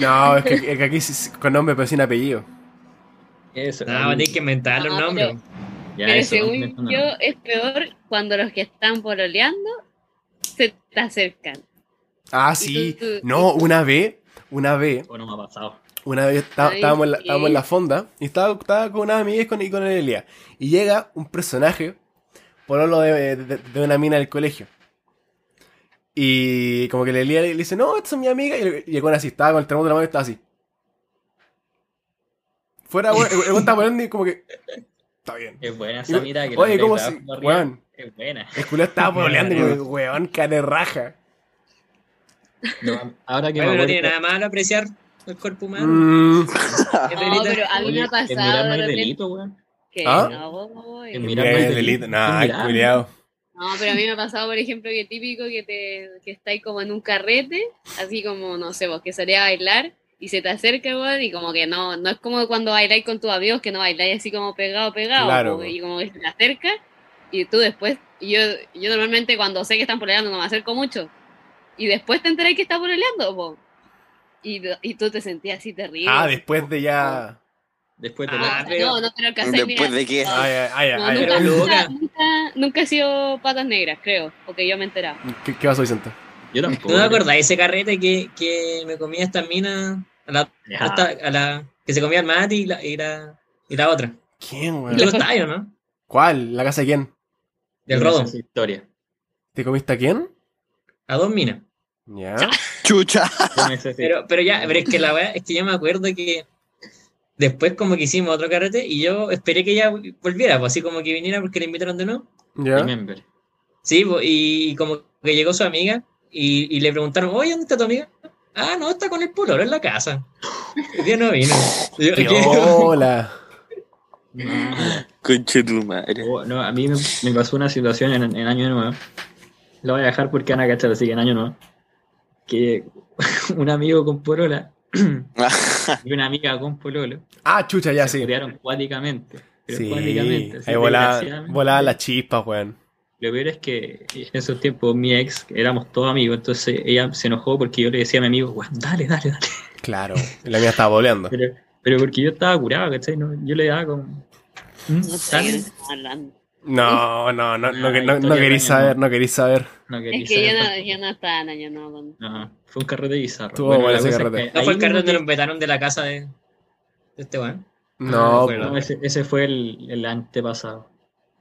S3: No, es que, es que aquí sí- sí- con nombre pero sin apellido.
S5: Eso.
S4: No, Ah, tenés que inventar los
S6: No,
S4: nombres.
S5: Ya,
S6: Pero
S5: eso,
S6: según
S5: no, no, no.
S6: yo, es peor cuando los que están pololeando se te acercan.
S3: Ah, sí. No, una vez, una vez,
S5: O no me ha pasado.
S3: una vez está-
S6: Ay,
S3: estábamos, en la,
S6: sí.
S3: estábamos en la fonda y estaba, estaba con unas amigas con, y con el Elia. Y llega un personaje, pololo de, de, de una mina del colegio. Y como que el Elia le, le dice, no, esta es mi amiga. Y el- y llegó así, estaba con el terremoto de la mano y estaba así. Fuera, weón, el weón estaba poniendo y como que. Está bien.
S5: Es buena esa
S3: Y-
S5: mirada que
S3: Oye,
S5: la
S3: ¿cómo
S5: de
S3: se.?
S5: abajo arriba
S3: Weón.
S5: Es buena.
S3: El culo estaba pololeando y como, weón, cane raja.
S5: No, ahora que
S4: Bueno,
S5: me
S4: no
S5: acuerdo,
S4: tiene nada malo apreciar el cuerpo humano.
S3: Mm,
S4: Es
S6: No,
S4: delito.
S6: pero a
S5: oye,
S6: mí me ha
S5: En mirar
S6: pasado
S5: no
S6: de
S5: hay
S6: repente
S5: delito, weón.
S6: que
S3: ¿Ah?
S6: no,
S5: En
S6: no,
S5: mirar no hay
S3: bien,
S5: delito.
S3: delito. Nah,
S5: En mirar,
S3: culiao.
S6: No, pero a mí me ha pasado, por ejemplo, que típico que te que estáis como en un carrete, así como, no sé, vos que salís a bailar y se te acerca, weón, y como que no, no es como cuando bailáis con tus amigos, que no bailáis así como pegado, pegado,
S3: Claro,
S6: po,
S3: po.
S6: y como que se te acerca, y tú después, y yo, yo normalmente cuando sé que están pololeando no me acerco mucho, y después te enteráis que está pololeando, po. y, lo- y tú te sentías así terrible.
S3: Ah, después de
S6: Oh.
S3: ya.
S5: Después de
S4: Ah,
S5: la...
S6: No,
S4: pero-
S6: no, no te lo alcanzáis ni a-
S9: Después de que.
S3: Ah, ya, ah, ya,
S6: no,
S3: ah, ya.
S6: nunca,
S4: Pero Luca.
S6: nunca, nunca- nunca he sido patas negras, creo, porque yo me he enterado.
S3: ¿Qué, ¿Qué pasó, Vicente?
S5: Yo tampoco.
S4: ¿No te acordás de ese carrete que, que me comía esta mina? A la,
S5: Ya.
S4: esta- a la, que se comía el mate y la, y la, y la otra.
S3: ¿Quién,
S4: ¿Te lo
S3: weón?
S4: estaba yo, no?
S3: ¿Cuál? ¿La casa de quién?
S4: Del
S5: Yo
S4: rodo.
S5: no sé esa historia.
S3: ¿Te comiste a quién?
S4: A dos minas.
S3: Ya.
S9: Chucha.
S5: Yo no sé si-
S4: Pero, pero ya, pero es que la weá es que yo me acuerdo que después como que hicimos otro carrete y yo esperé que ella volviera, pues así como que viniera porque la invitaron de nuevo.
S3: Ya.
S5: Remember.
S4: Sí, pues, y como que llegó su amiga y, y le preguntaron, oye, ¿dónde está tu amiga? Ah, no, está con el pololo en la casa. El día no vino. Y yo,
S3: Qué
S4: ¿qué?
S3: Hola.
S5: No,
S9: Conche tu madre.
S5: oh, no, a mí me, me pasó una situación en, en Año Nuevo. La voy a dejar porque Ana cachar, así que en Año Nuevo. Que *laughs* un amigo
S3: *laughs*
S5: con Polola y una amiga con Pololo
S3: Ah, chucha, ya,
S5: se
S3: sí.
S5: cuidaron cuáticamente. Pero
S3: Sí.
S5: cuáticamente. así,
S3: Ahí volaba,
S5: desgraciadamente.
S3: volaba la chispa, weón.
S5: Lo peor es que en esos tiempos mi ex, éramos todos amigos, entonces ella se enojó porque yo le decía a mi amigo, "Weón, dale, dale, dale.
S3: Claro. La mía estaba boleando.
S5: Pero, pero porque yo estaba curado, ¿cachai? No, yo le daba con...
S6: No sé de qué
S5: Dale.
S6: están hablando.
S3: No, no, no, no, que- no, no
S5: Historia
S3: querís
S5: de
S3: saber,
S5: año,
S3: no querís saber.
S5: No quería
S6: Es que yo
S5: saber
S6: no,
S5: tanto.
S6: yo no estaba en año nuevo. cuando-
S5: Ajá, fue un carrete bizarro.
S3: Estuvo
S5: Bueno,
S3: bueno
S5: la
S3: ese
S5: cosa es
S3: carrete.
S5: que
S4: No fue el
S5: ahí
S4: carrete donde
S5: mismo
S4: lo vetaron de la casa de, de este weón.
S3: No,
S4: me acuerdo.
S5: que- no, ese, ese fue el, el antepasado.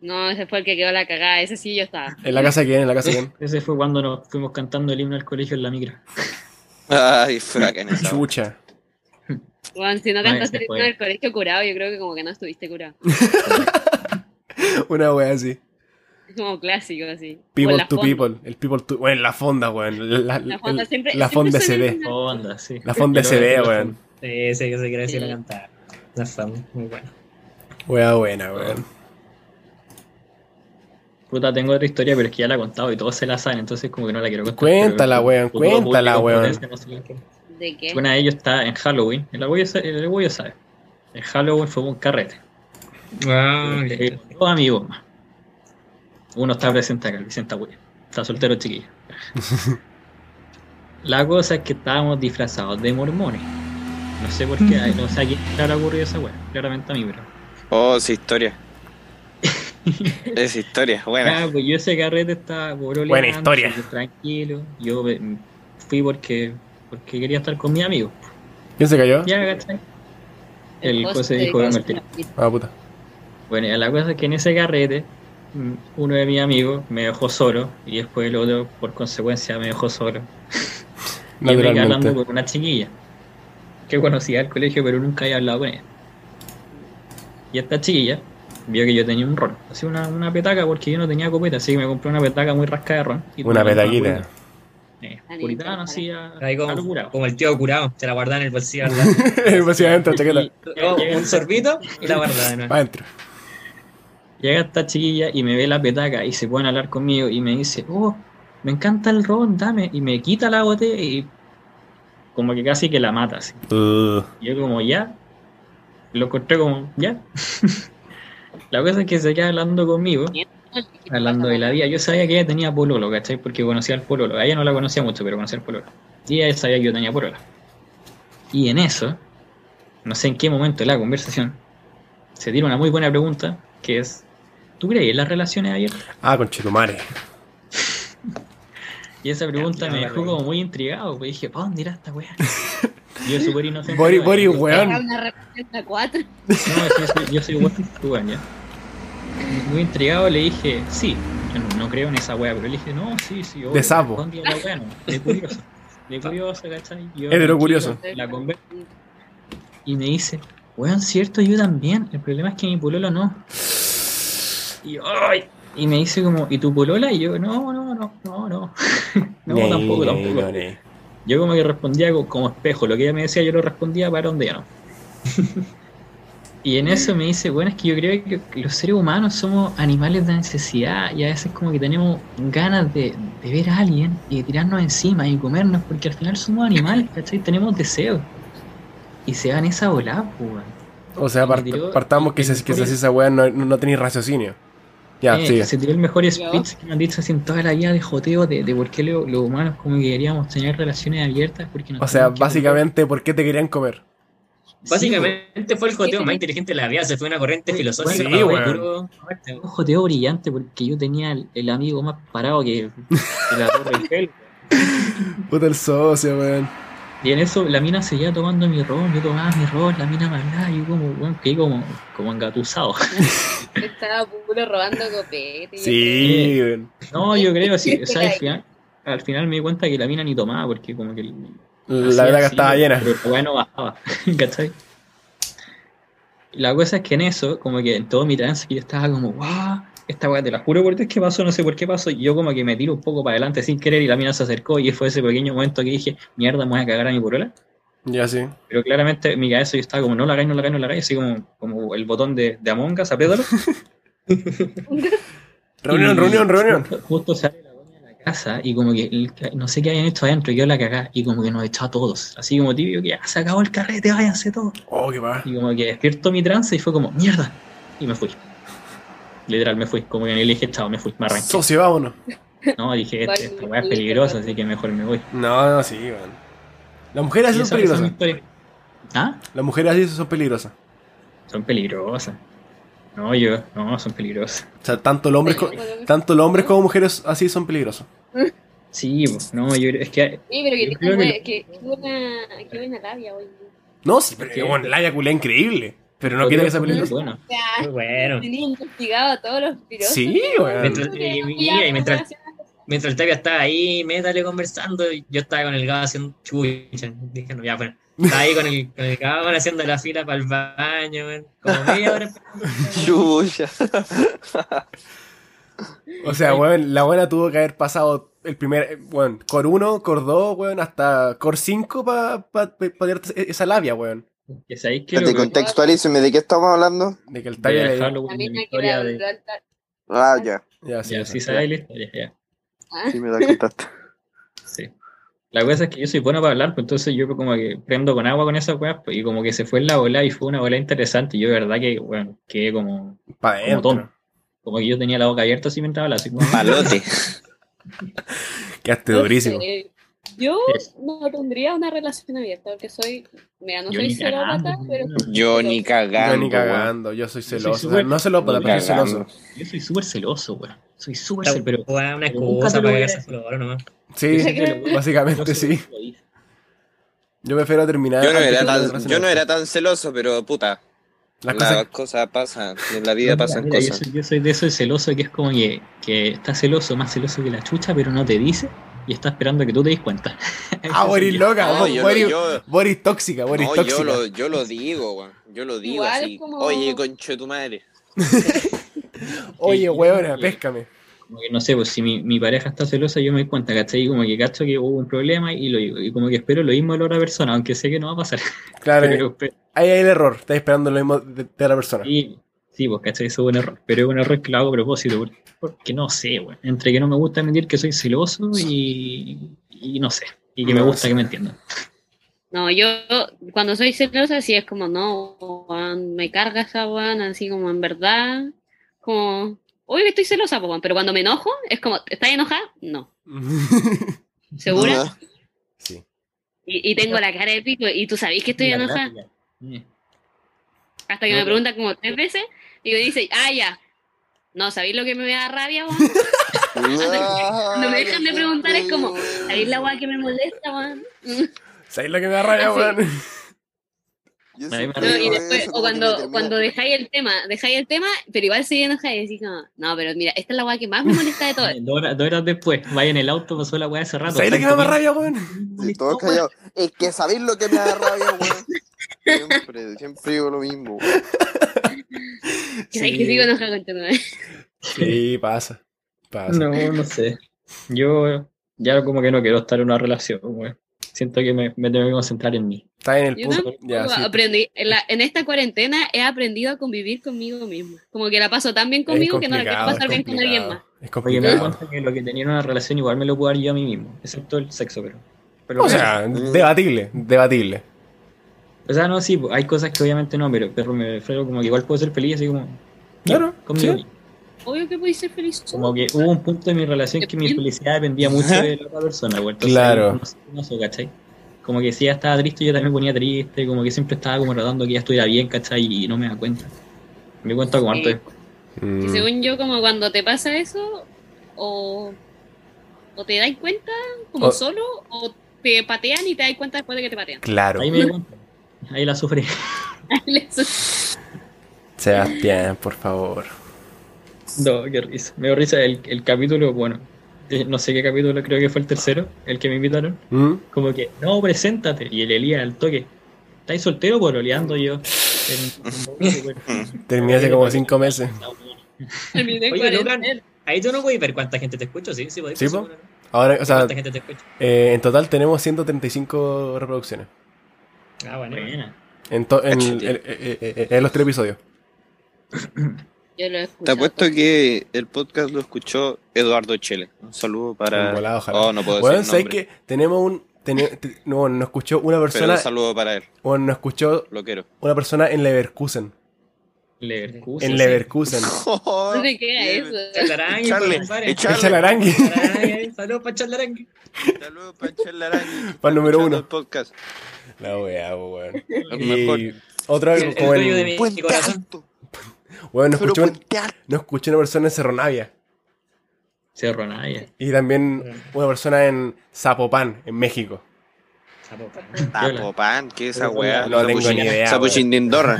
S6: No, ese fue el que quedó la cagada, ese sí yo estaba.
S3: en la casa de quién, en la casa de quién.
S5: Ese fue cuando nos fuimos cantando el himno al colegio en la micra.
S9: Ay, fraca en esa.
S3: Chucha.
S6: Bueno, si
S5: No,
S6: no
S5: ese
S6: cantaste el
S5: fue.
S6: himno del colegio curado, yo creo que como que no estuviste curado.
S3: Una wea así.
S6: Es como clásico, así. O en
S3: People
S6: las
S3: to
S6: fondas.
S3: people. El people to. Bueno, en la fonda, weón. La, la,
S6: La fonda
S3: el-
S6: siempre-
S3: la fonda
S6: siempre suena
S3: CD.
S6: una-
S5: Oh, anda, sí.
S3: La fonda
S5: Y luego
S3: CD,
S5: después la
S3: weón.
S4: Sí, sí, yo sé que era así la
S6: Sí.
S4: cantar. La fama, muy buena.
S3: Wea buena, weón.
S5: Puta, tengo otra historia, pero es que ya la he contado y todos se la saben, entonces como que no la quiero contar.
S3: Cuéntala,
S5: pero-
S3: weón,
S5: futuro público,
S3: cuéntala, weón.
S5: potencia, no sé qué.
S6: ¿De qué?
S5: Una de ellos está en Halloween, el abuelo sabe. El abuelo sabe. En Halloween fue un carrete.
S4: Ah, ya,
S5: Eh,
S4: ya.
S5: dos amigos más. Uno está presente acá, el Vicente Agüe. Está soltero, chiquillo. la cosa es que estábamos disfrazados de mormones. No sé por qué, ay, no sé a quién le habrá ocurrido esa weá. Claramente a mí, pero.
S9: Oh, esa historia. Esa historia, buena.
S5: Ah, pues yo ese carrete estaba por
S3: Buena historia.
S5: Tranquilo. Yo eh, fui porque, porque quería estar con mis amigos.
S3: ¿Quién se cayó?
S5: Ya, ¿cachai? El
S6: post
S5: José
S6: de
S5: dijo,
S6: José
S5: "Martín".
S6: Martín.
S3: Ah, puta.
S5: Bueno, ya la cosa es que en ese carrete, mm, uno de mis amigos me dejó solo y después el otro, por consecuencia, me dejó solo. Y me quedé hablando
S3: Naturalmente.
S5: con una chiquilla que conocía al colegio, pero nunca había hablado con ella. Y esta chiquilla vio que yo tenía un ron, así una, una petaca, porque yo no tenía copeta, así que me compré una petaca muy rasca de ron. y
S3: Una
S5: tomé
S3: petaquita.
S5: Eh, puritana, así a,
S4: Ahí
S5: a lo
S4: como,
S5: curado.
S4: como el tío curado, se la guardaba en el bolsillo. ¿verdad?
S3: *laughs* Básicamente, la Pues chaqueta.
S4: Luego, un sorbito y la guardaba de nuevo.
S3: Para adentro.
S5: Llega esta chiquilla y me ve la petaca y se pone a hablar conmigo y me dice, oh, me encanta el ron, dame. Y me quita la botella y como que casi que la mata. Así.
S3: Uh.
S5: Y yo como, ya. Lo encontré como, ya. *laughs* la cosa es que se queda hablando conmigo, hablando de la vida. Yo sabía que ella tenía pololo, ¿cachai? Porque conocía al pololo. A ella no la conocía mucho, pero conocía al pololo. Y ella sabía que yo tenía polola. Y en eso, no sé en qué momento de la conversación, se tira una muy buena pregunta, que es, ¿tú crees en las relaciones abiertas?
S3: Ah, con Chetumare.
S5: Y esa pregunta
S4: Ya,
S5: me
S4: ya,
S5: dejó
S4: ya.
S5: como muy intrigado, pues dije, ¿para dónde irá esta
S3: *laughs*
S5: weá? Yo súper inocente.
S3: Bori,
S5: weón.
S3: Bori,
S6: Era
S3: weón.
S6: una relación de cuatro.
S5: No, yo soy, yo soy weón, *laughs* tú weón, ya. Muy intrigado le dije, sí, yo no, no creo en esa weá, pero le dije, no, sí, sí, obvio,
S3: De sapo.
S5: ¿dónde irá la weá? No, de curioso. De
S3: *laughs*
S5: curioso, ¿cachai? Yo,
S3: Hetero curioso.
S5: La conver- y me dice, weón, cierto, yo también. El problema es que mi polola no. Y, ay, y me dice como, ¿y tu polola? Y yo, no, no, no, no, no. *laughs* no,
S3: Ney,
S5: tampoco,
S3: ney,
S5: tampoco.
S3: no, ney.
S5: Yo como que respondía co- como espejo, lo que ella me decía yo lo respondía para donde ella no. *laughs*
S3: Mm.
S5: y en eso me dice, bueno, es que yo creo que que los seres humanos somos animales de necesidad y a veces como que tenemos ganas de, de ver a alguien y de tirarnos encima y comernos porque al final
S3: *laughs*
S5: somos animales, ¿cachai? Tenemos deseos. Y se van esa volada, pues. weón.
S3: O sea, part-
S5: Me tiró-
S3: partamos que si que si haces esa weá no, no tenéis raciocinio. Ya,
S5: Eh,
S3: sigue.
S5: Se tiró el mejor
S6: Ya.
S5: speech que me han dicho así en toda la vida de joteo de, de por qué lo- los humanos como que queríamos tener relaciones abiertas porque nos
S3: O sea,
S5: tenemos que comer.
S3: básicamente, ¿por qué te querían comer?
S5: Sí,
S4: Básicamente fue el joteo más inteligente de la vida, se fue una corriente filosófica.
S3: Sí,
S4: güey,
S3: weón.
S4: puro-
S5: un joteo brillante porque yo tenía el, el amigo más parado que, que la Torre Eiffel.
S3: Puta el socio, weón.
S5: Y en eso la mina seguía tomando mi ron, yo tomaba mi ron, la mina me hablaba y yo como, bueno, quedé como, como engatusado. *laughs*
S6: Estaba puro robando copete.
S3: Sí, weón.
S5: No, yo creo sí, o sea, al final, al final me di cuenta que la mina ni tomaba porque como que...
S3: La
S5: hacía
S3: verdad que
S5: así,
S3: estaba llena.
S5: Pero bueno, bajaba, *laughs* ¿cachai? La cosa es que en eso, como que en todo mi trance, que yo estaba como, wow, esta weá, te la juro por Dios que pasó, no sé por qué pasó. Y yo como que me tiro un poco para adelante sin querer y la mina se acercó y fue ese pequeño momento que dije, mierda, me voy a cagar a mi porola.
S3: Ya sí.
S5: Pero claramente en mi cabeza yo estaba como, no la hagáis, no la hagáis, no la hagáis, así como, como el botón de, de Among Us, apriétalo.
S3: *laughs* Reunión,
S5: Y
S3: reunión, reunión.
S5: Justo, justo sale la buena de la casa y como que el ca- no sé qué habían hecho adentro, y yo la cagá y como que nos echó a todos. Así como tibio, que ya se acabó el carrete, váyanse todos.
S3: Oh, qué va.
S5: Y como que despierto mi trance y fue como, mierda. Y me fui. Literal, me fui. Como que le dije, chao, me fui, me arranqué.
S3: Socio, vámonos.
S5: No, dije, este, esta weá es peligrosa, así que mejor me voy.
S3: No, no, sí, weón. Las mujeres
S5: Y
S3: así
S5: esa-
S3: son
S5: esa es mi
S3: peligrosas.
S5: historia. ¿Ah?
S3: Las mujeres así son peligrosas.
S5: Son peligrosas. No, yo, no, son peligrosas.
S3: O sea, tanto los hombres, co- tanto los hombres como mujeres así son peligrosos.
S5: Sí, po, no, yo es que
S6: Sí, pero
S5: Yo
S6: que
S5: creo
S6: tengo
S5: que-
S6: que, que, que buena, que buena labia hoy.
S3: No, sí, pero
S5: Sí.
S3: bueno, la culé increíble. Pero no quita que sea peligrosa.
S5: Bueno,
S6: O sea,
S4: Muy bueno.
S6: tenía investigado a todos los pilotos.
S3: Sí, weón.
S4: Mientras- y- y- y-
S6: Ya,
S4: y mientras-
S6: relación-
S4: Mientras el Tapia estaba ahí, métale conversando, y yo estaba con el Gabo haciendo chucha. Dije, no, ya, bueno. Estaba ahí con el, con el Gabo bueno, haciendo la fila para el baño, weón. Como media hora.
S9: Chucha.
S3: O sea, weón, la buena tuvo que haber pasado el primer, eh, weón, core 1, core 2, weón, hasta core 5 para pa, pa- pa tirarte e- esa labia, weón.
S5: que sabéis que lo
S9: Te
S5: que-
S9: contextualíceme de qué estamos hablando.
S3: De que el
S5: de
S3: Tyler le-
S5: Halloween,
S6: La
S5: de mi
S6: misma que
S5: historia
S6: la
S5: de-
S6: de...
S9: Ah, ya.
S3: Ya, sí,
S5: Ya,
S3: sí,
S5: sí
S3: sí.
S5: sabéis la historia, ya.
S9: Sí, me la contaste.
S5: Sí. La cosa es que yo soy bueno para hablar, pues entonces yo como que prendo con agua con esas weas, pues, y como que se fue en la bola y fue una bola interesante. Yo de verdad que, bueno, quedé como,
S3: Para
S5: como
S3: adentro.
S5: tonto. Como que yo tenía la boca abierta así mientras hablaba, así como...
S9: Malote.
S3: Quedaste
S6: No
S3: durísimo.
S6: sé. Yo
S5: Sí.
S6: no tendría una relación abierta porque soy. Mira, no
S5: Yo
S6: soy
S5: ni
S6: celópata,
S5: cagando,
S6: pero.
S9: Yo ni cagando.
S3: Yo ni
S9: weón.
S3: cagando, yo soy
S5: Yo soy
S3: celoso.
S5: súper-
S3: no celópata,
S9: Ni
S3: pero soy celoso.
S9: cagando.
S5: Yo soy súper celoso, weón. Soy súper
S4: Esta
S5: celoso, pero...
S4: weá es una
S5: Nunca te
S4: excusa
S5: lo
S4: para
S5: voy a
S4: cagarse a
S5: decir.
S4: flor nomás.
S5: Yo sé
S3: Sí,
S5: que lo-
S3: básicamente
S5: *laughs* no sé
S3: sí.
S5: lo hice.
S3: Yo prefiero terminar.
S9: Yo no,
S3: antes que
S9: era
S3: Ah, la
S9: tan,
S3: relación
S9: yo no
S3: abierta.
S9: era tan celoso, pero puta,
S3: Las
S9: las
S3: cosas-
S9: cosas pasan, en la
S5: No,
S9: vida
S5: mira,
S9: pasan
S5: mira,
S9: cosas.
S5: Yo soy, yo soy de eso celoso que es como que, que está celoso, más celoso que la chucha, pero no te dice y está esperando que tú te des cuenta. *laughs*
S9: *laughs*
S3: Ah, Boris loca,
S9: No,
S3: bo-
S9: yo,
S3: Boris,
S9: yo-
S3: Boris tóxica, Boris
S9: no,
S3: tóxica.
S9: yo lo, yo lo digo, weón. Yo lo digo
S6: Igual
S9: así.
S6: como-
S9: Oye, concho de tu madre.
S3: Oye,
S5: yo-
S3: huevona, péscame.
S5: Como que no sé, pues si mi, mi pareja está celosa, yo me doy cuenta, ¿cachai? Y como que cacho que hubo un problema y, lo, digo. y como que espero lo mismo de la otra persona, aunque sé que no va a pasar. *laughs*
S3: Claro,
S9: *laughs*
S5: Pero espero-
S3: ahí hay el error. Estás esperando lo mismo de, de la persona.
S5: sí, sí, pues cachai, eso es un error. Pero es un error que lo hago a propósito, por- porque no sé, weón. Entre que no me gusta admitir que soy celoso y, y no sé. Y que me
S3: No
S5: gusta
S3: sé.
S5: que me entiendan.
S6: No, yo cuando soy celosa sí es como, no, weón, me carga esa weón, así como en verdad, como, hoy estoy celosa, po, weón", pero cuando me enojo es como, ¿estás enojada?
S5: *laughs*
S6: No, ¿segura?
S9: No.
S3: sí.
S6: Y, y tengo la cara de pico y tú sabés que estoy
S5: La
S6: enojada
S5: gráfica. Eh.
S6: hasta que
S5: No,
S6: me
S5: no.
S6: preguntan como tres veces y me dicen, ah, ya, no, ¿sabéis lo que me da rabia, weón?
S9: No
S6: me dejan de preguntar, es como, ¿Sabéis la weá que me molesta, weón?
S3: ¿Sabéis lo que me da rabia,
S6: Así.
S3: weón?
S7: Yo
S5: No,
S7: siempre
S6: No, y
S7: digo
S6: después,
S7: eso,
S6: o
S7: como que me
S6: cuando,
S7: *laughs* termina-
S6: cuando dejáis el tema, dejáis el tema, pero igual se enoja y decís como, no, pero mira, esta es la weá que más me molesta de todo.
S3: *laughs*
S5: Eh, Dos horas, dos horas después, vaya en el auto, pasó la weá hace rato.
S3: ¿Sabéis lo que me da rabia, weón?
S7: Sí, todos callados. Es que sabéis lo que me da rabia, weón. Siempre, siempre digo lo mismo, weón.
S6: Que sabéis que sigo enojada con tu madre.
S3: Sí, pasa. Pasa.
S5: No, no sé. Yo ya como que no quiero estar en una relación, weón. Siento que me, me tengo que concentrar en mí.
S3: Está en el
S6: Yo
S3: punto. Ya,
S6: Como
S3: sí.
S6: aprendí, en, la- en esta cuarentena he aprendido a convivir conmigo misma. Como que la paso tan bien
S3: Es
S6: conmigo que no la quiero
S3: complicado,
S6: pasar
S3: es
S6: bien con alguien más.
S3: complicado, Es
S5: Porque me doy
S3: complicado.
S5: cuenta que lo que tenía en una relación igual me lo puedo dar yo a mí mismo, excepto el sexo, pero. pero
S3: O sea, debatible, debatible.
S5: o sea, no, sí, pues, hay cosas que obviamente no, pero, pero me refiero como que igual puedo ser feliz, así como.
S3: Claro,
S5: conmigo
S3: sí.
S5: mismo.
S6: Obvio que podéis ser feliz.
S5: Como que hubo un punto en mi relación que mi felicidad dependía mucho de la otra persona, güey. Entonces,
S3: Claro.
S5: no sé, no sé, ¿cachai? Como que si ella estaba triste, yo también me ponía triste, como que siempre estaba como tratando que ella estuviera bien, ¿cachai? Y no me da cuenta. Me di cuenta como
S6: Sí.
S5: harto después.
S6: Y
S3: Mm.
S6: según yo, como cuando te pasa eso, o, o te dais cuenta como
S3: O-
S6: solo, o te patean y te das cuenta después de que te patean. *laughs*
S3: Claro.
S5: Ahí me di cuenta. Ahí la sufrí.
S3: Sebastián, por favor.
S5: No, qué risa. Me dio risa el, el capítulo, bueno, eh, no sé qué capítulo, creo que fue el tercero, el que me invitaron.
S3: ¿Mm?
S5: Como que, no, preséntate. Y el Elías al toque. ¿Estáis soltero o oleando yo? En-
S3: Terminé hace como cinco meses.
S6: Terminé
S4: Oye,
S6: cuarentena.
S4: Logan, ahí tú no puedes ver cuánta gente te escucha, sí, sí, podés
S3: Sí,
S4: ver,
S3: po.
S4: seguro, ¿no?
S3: Ahora, o sea,
S4: cuánta gente te escucha.
S3: eh, en total tenemos 135 reproducciones.
S4: Ah, bueno.
S5: Buena.
S3: En, to- en, eh,
S9: Cachete.
S3: en- en- en- en los tres episodios.
S6: Yo lo he
S9: Te
S6: escuchado.
S9: apuesto que el podcast lo escuchó Eduardo Chele. Un saludo para.
S3: En volada, ojalá.
S9: Oh, no puedo
S3: Bueno,
S9: decir
S3: ¿sabes
S9: nombre,
S3: que tenemos un... tene- te- no, nos escuchó una
S9: Pero un
S3: persona...
S9: saludo para él.
S3: Bueno, nos escuchó
S6: *laughs*
S9: Lo quiero.
S3: una persona en Leverkusen.
S5: Leverkusen.
S3: En
S9: *laughs*
S3: Leverkusen.
S7: Oh,
S6: ¿Dónde queda eso?
S4: Chalarangui,
S9: Echarle,
S4: pues, compadre.
S9: echarle.
S3: Echa la *laughs* arangue.
S4: Chalarangui, ahí, Saludos
S3: *laughs*
S4: para Chalarangui.
S9: Saludos para Chel Larangui.
S3: Para el número
S9: Escuchando
S3: uno.
S9: el podcast.
S3: La wea, weón.
S9: Lo mejor.
S3: Y otra
S4: El, el
S3: como
S4: dueño de
S3: en,
S4: mi
S7: Puente
S4: corazón.
S7: alto.
S3: weón, nos
S7: Solo
S3: escuchó, un-
S7: puente alto.
S3: nos escuchó una persona en Cerronavia.
S5: Cerro Naya.
S3: Y también una persona en Zapopan, en México.
S4: Zapopan.
S9: Tapopan, ¿qué es esa
S5: No
S9: weá?
S3: tengo ni
S9: Zapuchín-
S3: idea,
S9: Zapuchín de Indorra.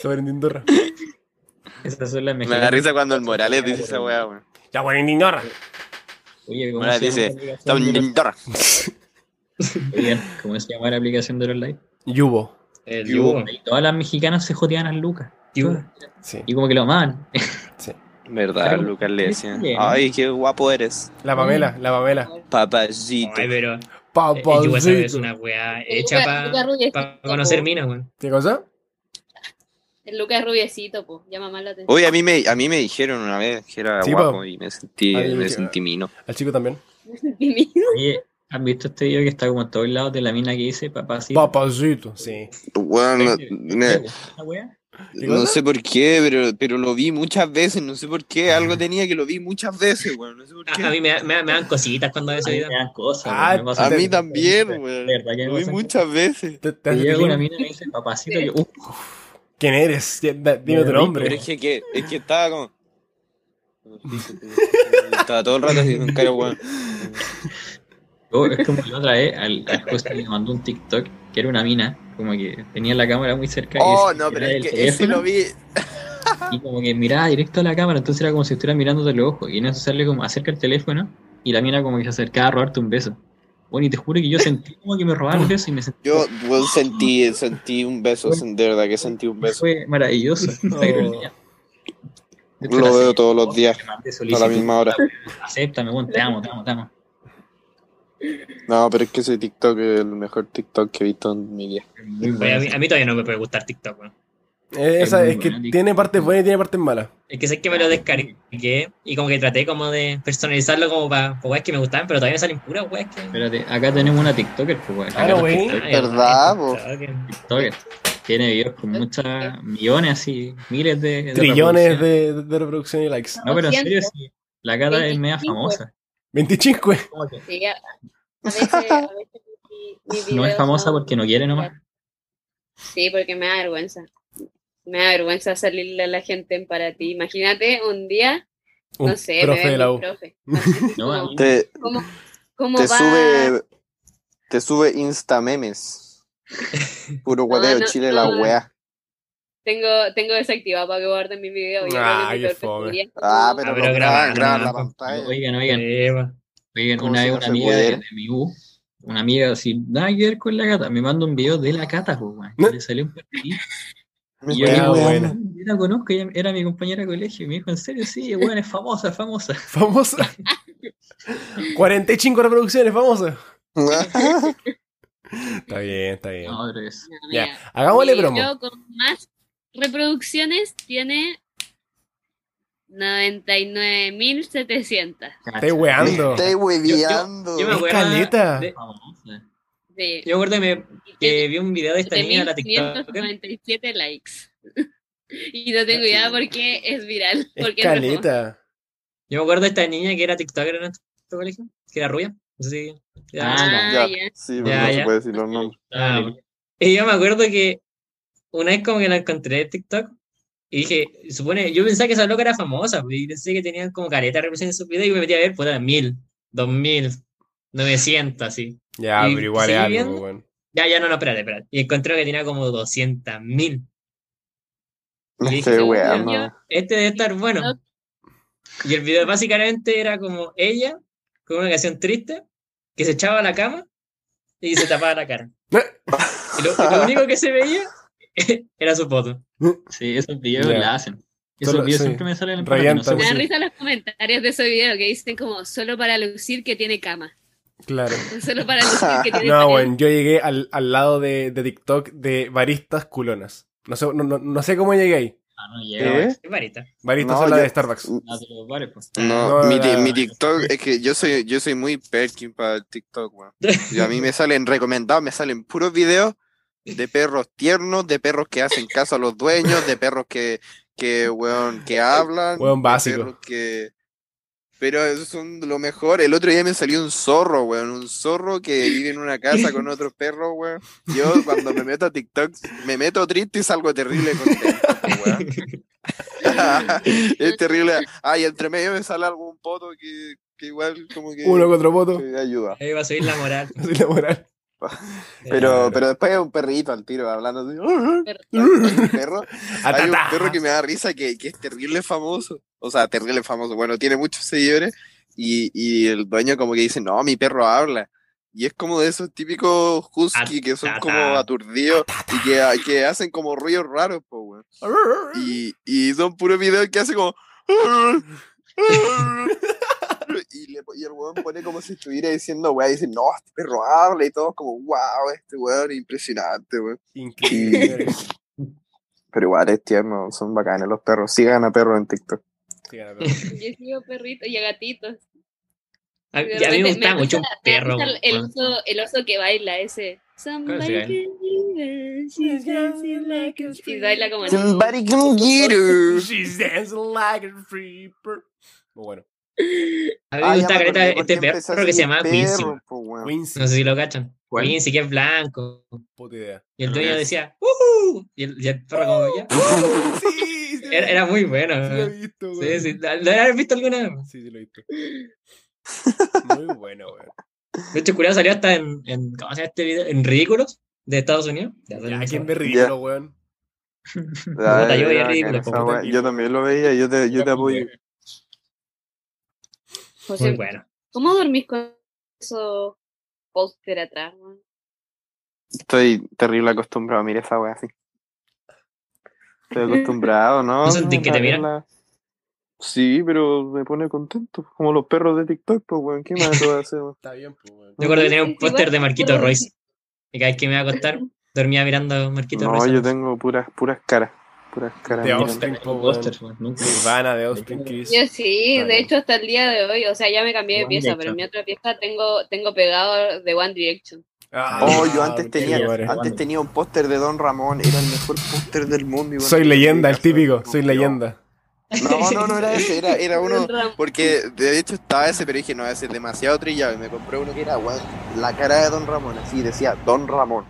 S3: Sobre en Indorra.
S5: Esas son las
S9: Me
S5: mexicanas.
S9: da risa cuando el Morales dice esa weá, weón.
S3: Ya, weón, en Indorra.
S5: Oye, ¿cómo
S9: Morales
S5: se llama
S9: dice,
S5: la aplicación
S9: "Zapuchín de
S5: de
S9: Indorra".
S5: los- Oigan, ¿Cómo se llama la aplicación de los live?
S3: Yubo.
S4: El Yugo.
S5: Yugo. Y Todas las mexicanas se joteaban al Lucas.
S4: Yugo.
S3: Sí.
S5: Y como que lo amaban.
S9: Verdad,
S5: Claro.
S9: Lucas le decía.
S5: Bien.
S9: Ay, qué guapo eres.
S3: La Pamela, la Pamela.
S4: Eh,
S9: Papacito.
S4: Ay, pero. El Yugo esa es
S3: Papacito.
S4: una weá hecha para
S6: Rubiecito, po.
S4: conocer minas, weón.
S3: ¿Qué cosa?
S6: El Lucas Rubiecito, po. Llama más la atención.
S9: Oye, a mí me, a mí me dijeron una vez que era
S3: Sí,
S9: guapo
S3: po.
S9: y me sentí,
S3: Ay,
S9: me
S3: que-
S9: sentí mino.
S3: Al chico también.
S5: Oye, ¿han visto este video que está como en todos lados de la mina que dice papá sí?
S3: Papacito, sí.
S9: Bueno,
S5: Sí,
S9: no,
S5: esa wea.
S3: ¿Qué
S9: no
S3: cosa?
S9: sé por qué, pero, pero lo vi muchas veces, no sé por qué. Algo tenía que lo vi muchas veces, weón. No sé por
S4: A, a
S9: qué.
S4: mí me, me- me dan cositas cuando veo
S5: A
S4: ese
S5: mí
S4: video.
S5: me dan cosas.
S3: Ah,
S5: weón, me
S9: A
S5: pasan
S9: mí
S5: cosas.
S9: también,
S5: De
S9: weón.
S5: verdad que me
S9: Lo vi
S5: pasan
S9: muchas veces.
S3: ¿Te- te
S5: cosas.
S3: hace
S5: Y llega
S3: feliz?
S5: una mina y me dice papacito. Yo, uh,
S3: ¿Quién eres? Ya, da- Dime
S5: Pero
S3: tu
S5: rico,
S3: nombre.
S9: Pero es que, que- es que estaba como. Estaba todo el rato así con cara, weón.
S5: Oh, es como la otra vez, al, al José le mandó un TikTok que era una mina, como que tenía la cámara muy cerca. y
S9: Oh,
S5: decía
S9: no,
S5: que
S9: pero
S5: era del
S9: es que ese
S5: teléfono,
S9: lo vi.
S5: Y como que miraba directo a la cámara, entonces era como si estuviera mirándote los ojos. Y en eso sale como acerca el teléfono y la mina como que se acercaba a robarte un beso. Bueno, y te juro que yo sentí como que me robaban el beso y me sentí.
S9: Yo, weón, sentí, sentí un beso, sen- de verdad que sentí un beso.
S5: Fue
S9: *laughs*
S5: maravilloso.
S3: No.
S9: Lo veo todos los días, a la
S5: misma.
S9: misma hora.
S5: Acéptame, bueno, te amo, te amo, te amo.
S9: No, pero es que ese TikTok es el mejor TikTok que he visto en mi vida.
S5: Muy
S4: Oye, a,
S5: bueno.
S4: mí, a mí todavía no me puede gustar TikTok, weón.
S3: Eh,
S5: Es
S3: Esa,
S5: muy
S3: es que
S5: buena,
S3: tiene partes buenas y tiene partes malas.
S4: Es que sé que me lo descargué y como que traté como de personalizarlo como para weas que me gustaban, pero todavía me salen puras weas que.
S5: Espérate, acá tenemos una TikToker, pues, weón. Acá
S3: Claro,
S5: los
S3: güey.
S5: TikTokers.
S4: Ay,
S7: ¿Verdad,
S4: weón,
S7: po?
S4: TikTok.
S5: TikToker. Tiene videos con muchas millones así, miles de, de
S3: Trillones
S5: reproducciones.
S3: de, de reproducción y likes.
S5: No, pero en serio,
S6: Cientos.
S5: sí. La cara es media
S6: 25.
S5: famosa.
S3: 25. eh.
S5: Como que
S6: Sí, a, a veces, a veces mi- mis
S5: No es
S6: videos
S5: famosa
S6: son-
S5: porque no quiere nomás.
S6: Sí, porque me da vergüenza. Me da vergüenza salirle a la gente en para ti. Imagínate un día,
S3: Un
S6: no sé, me
S3: profe
S6: ve
S3: de la
S6: mi
S3: U.
S6: profe.
S5: No, a mí-
S9: Te,
S6: ¿Cómo, cómo
S9: te
S6: va?
S9: sube, te sube Insta memes. Puro guateo,
S6: no,
S9: chile
S6: no,
S9: la
S6: no.
S9: weá.
S6: Tengo, tengo desactivado para que guarden mis videos. yo
S3: Ah,
S6: creo que mi
S3: qué
S6: peor
S3: fome.
S6: pesadilla es como-
S9: Ah, pero,
S4: pero
S9: no,
S4: graba,
S9: ah, graba
S4: no,
S9: la
S4: no,
S9: pantalla.
S5: Oigan, oigan,
S4: Sí, weón.
S5: oigan,
S9: ¿Cómo
S5: una
S9: si
S5: vez
S9: no
S5: una
S9: se
S5: amiga de,
S9: pudiera?
S5: de mi U, una amiga así, nada que ver con la gata, me manda un video de la cata, pues, weón.
S3: ¿No?
S5: Le salió un perfil.
S9: Me
S5: Y yo
S9: estoy
S3: Ah,
S5: digo,
S9: weando.
S3: bueno.
S5: yo la conozco, ella era mi compañera de colegio. Y me dijo, en serio, sí, weón, es famosa, es
S3: *laughs*
S5: famosa.
S3: Famosa. 45 reproducciones, famosa.
S9: *laughs*
S3: Está bien, está bien.
S5: No, pero es.
S6: No,
S3: Ya,
S6: mira,
S3: hagámosle
S6: mi
S3: Ah, promo.
S6: video con más reproducciones tiene 99.700.
S3: Estoy weando.
S9: Estoy hueviando.
S4: Yo me acuerdo.
S3: Escaleta.
S4: de-
S5: Famosa.
S6: Sí.
S4: yo me acuerdo que, me- que vi un video de esta niña de la TikTok.
S6: 7.597 likes. *laughs* Y no tengo idea por qué es viral. Porque es famoso.
S3: Escaleta.
S4: Yo me acuerdo de esta niña que era TikToker en nuestro colegio, que era rubia. No sé si.
S5: Ah,
S6: Ah,
S9: Ya.
S6: ya.
S9: Sí, pero
S4: Ya,
S9: no se
S4: ya.
S9: puede decir los nombres.
S4: Ah, Y yo me acuerdo que una vez como que la encontré en TikTok y dije, supone, yo pensaba que esa loca era famosa, pues, y pensé que tenían como careta de reproducción en su video y me metí a ver, puta, mil, dos mil, novecientos, así.
S3: Ya,
S4: ¿Y
S3: pero igual es
S4: sigue
S3: algo,
S4: viendo?
S3: weón.
S4: Ya, ya, no, no, espérate, espérate. Y encontré que tenía como doscientas mil. *laughs*
S9: Me
S4: Sí,
S9: estoy
S4: sí,
S9: weando.
S6: yo-
S4: Este debe estar bueno. Y el video básicamente era como ella, con una canción triste, que se echaba a la cama y se tapaba la cara. Y lo, y lo único que se veía *laughs* era su foto.
S5: Sí, esos videos
S3: Ya.
S5: la hacen. Esos
S3: Solo-
S5: videos
S3: sí.
S5: siempre me salen en el
S3: Revientan.
S6: Me
S3: Sí.
S6: dan risa los comentarios de ese video que dicen como solo para lucir que tiene cama. *laughs*
S3: Claro.
S6: Solo para lucir
S3: *laughs*
S6: que tiene
S3: No,
S6: pared.
S3: bueno, yo llegué al, al lado de, de TikTok de baristas culonas. No sé, no, no- no sé cómo llegué ahí.
S5: Ah, no
S9: ¿Qué?
S5: llega.
S3: Eh,
S4: Qué varita.
S3: Baristas
S9: No,
S3: son las
S9: yo-
S3: de Starbucks.
S5: La de los bares,
S4: Mm,
S5: pues.
S9: No,
S3: No,
S9: mi,
S3: la-
S9: ti- mi TikTok es que yo soy, yo soy muy perkin para el TikTok, weón. Y a mí
S4: *laughs*
S9: me salen recomendados, me salen puros videos de perros tiernos, de perros que hacen caso a los dueños, de perros que, que weón, que hablan.
S3: Weón
S9: de
S3: básico.
S9: perros que... Pero eso son lo mejor. El otro día me salió un zorro, weón. Un zorro que vive en una casa con otros perros, weón. Yo cuando me meto a TikTok, me meto triste y salgo terrible contento, weón. *laughs* es terrible. Ah, y entre medio me sale algún poto que, que igual como que,
S3: Uno con otro voto.
S9: que ayuda.
S4: Ahí va a subir la moral.
S3: *laughs* Así la moral.
S9: Pero, pero después hay un perrito al tiro hablando así. perro. Hay un
S3: Atatá.
S9: perro que me da risa que, que es terrible famoso. O sea, terrible famoso. Bueno, tiene muchos seguidores y, y el dueño como que dice, no, mi perro habla. Y es como de esos típicos husky que son
S4: Atata.
S9: como aturdidos y que, ah, que hacen como ruidos raros, po, weón. Y, y son puros videos que hace como. Y, le- y el weón pone como si estuviera diciendo, weón, dice, no, este perro habla y todos como, wow, este weón es impresionante, weón.
S3: Increíble.
S9: Pero igual es tierno, son bacanes los perros. Sigan a perros en TikTok.
S3: Sí, gana, perro.
S6: Yo sigo perritos y a gatitos.
S4: A,
S6: De
S4: y a mí
S6: repente
S4: me gustaba
S6: gusta-
S4: mucho un
S6: me
S4: perro.
S6: gusta El, el
S4: weón.
S6: oso, el oso que baila ese. Somebody
S5: baila?
S6: can give us, she's dancing like a free- Y baila como.
S7: Somebody can get her.
S3: She's dancing like a free bird. Bueno,
S4: A mí me
S7: Ah, ya
S4: gusta
S7: me
S4: caleta
S7: acordé por qué
S4: este
S7: empecé a
S4: perro que se
S7: seguir
S4: llamaba
S7: perros,
S4: Quincy. weón.
S7: po, weón.
S3: Quincy,
S4: No sé si lo cachan.
S5: ¿Cuál?
S4: Quincy, que es blanco.
S3: puta idea.
S7: Ah,
S4: Y el
S5: Lo
S4: dueño
S5: veo.
S4: decía, ¡Uhú! Y el, y el perro como ya.
S3: *laughs*
S7: Oh,
S3: Sí, sí,
S4: Era, era muy bueno.
S3: sí lo he
S4: weón.
S3: visto,
S4: Sí,
S3: weón.
S4: sí. ¿Lo lo habrás visto alguna vez?
S3: Sí, sí, lo he *laughs* visto. Muy bueno, weón.
S4: De hecho, curioso salió hasta en, en ¿cómo se llama este video? En Ridículos de Estados Unidos. Ya,
S3: Ya,
S4: no sé.
S3: ¿quién ve ridículo, weón?
S7: Ay,
S4: Puta, yo veía
S7: era
S4: ridículo,
S7: bacán
S4: po,
S7: esa
S3: puta,
S7: weá.
S3: yo-
S7: Yo también lo veía, yo te, yo te apoyo.
S6: José,
S4: Muy bueno.
S6: ¿Cómo dormís con eso póster atrás? weón?
S7: Estoy terrible acostumbrado, mira esa wea así. Estoy acostumbrado, ¿no?
S4: ¿No sentís que te
S7: La-
S4: miran?
S7: la- Sí, pero me pone contento. Como los perros de TikTok, pues, weón. ¿Qué más te voy a
S4: *laughs*
S7: hacer, weón?
S3: Está bien, pues, weón.
S4: Yo recuerdo que tenía
S6: Sí,
S4: un
S6: sí,
S4: póster
S6: igual,
S4: de Marquito
S6: pero-
S4: Royce. Y cada vez que me iba a acostar, dormía mirando a Marquito
S7: No,
S4: Royce.
S7: yo tengo puras, puras caras. Puras caras.
S3: Te
S7: mira.
S3: Austin, po,
S5: Tengo
S3: weón.
S5: póster, weón, pues, nunca.
S3: Nirvana de Austin Chris.
S6: *laughs* Yo sí,
S3: Está
S6: de
S3: bien.
S6: hecho hasta el día de hoy, o sea, ya me cambié de
S5: One
S6: pieza, pero en mi
S5: Direction.
S6: otra pieza tengo, tengo pegado de One Direction.
S3: Ah,
S7: Oh, yo antes
S3: qué
S7: tenía,
S3: lugares.
S7: antes tenía un póster de Don Ramón, era el mejor póster del mundo. y bueno,
S3: Soy
S7: yo
S3: leyenda,
S7: tenía
S3: el típico,
S7: razón,
S3: soy
S7: no.
S3: leyenda.
S7: No, no, no era ese, era, era uno.
S6: Ram-
S7: Porque de hecho estaba ese, pero dije, no, ese es demasiado trillado. Y me compré uno que era, weón, la cara de Don Ramón, así decía, Don
S3: *laughs*
S7: Ramón.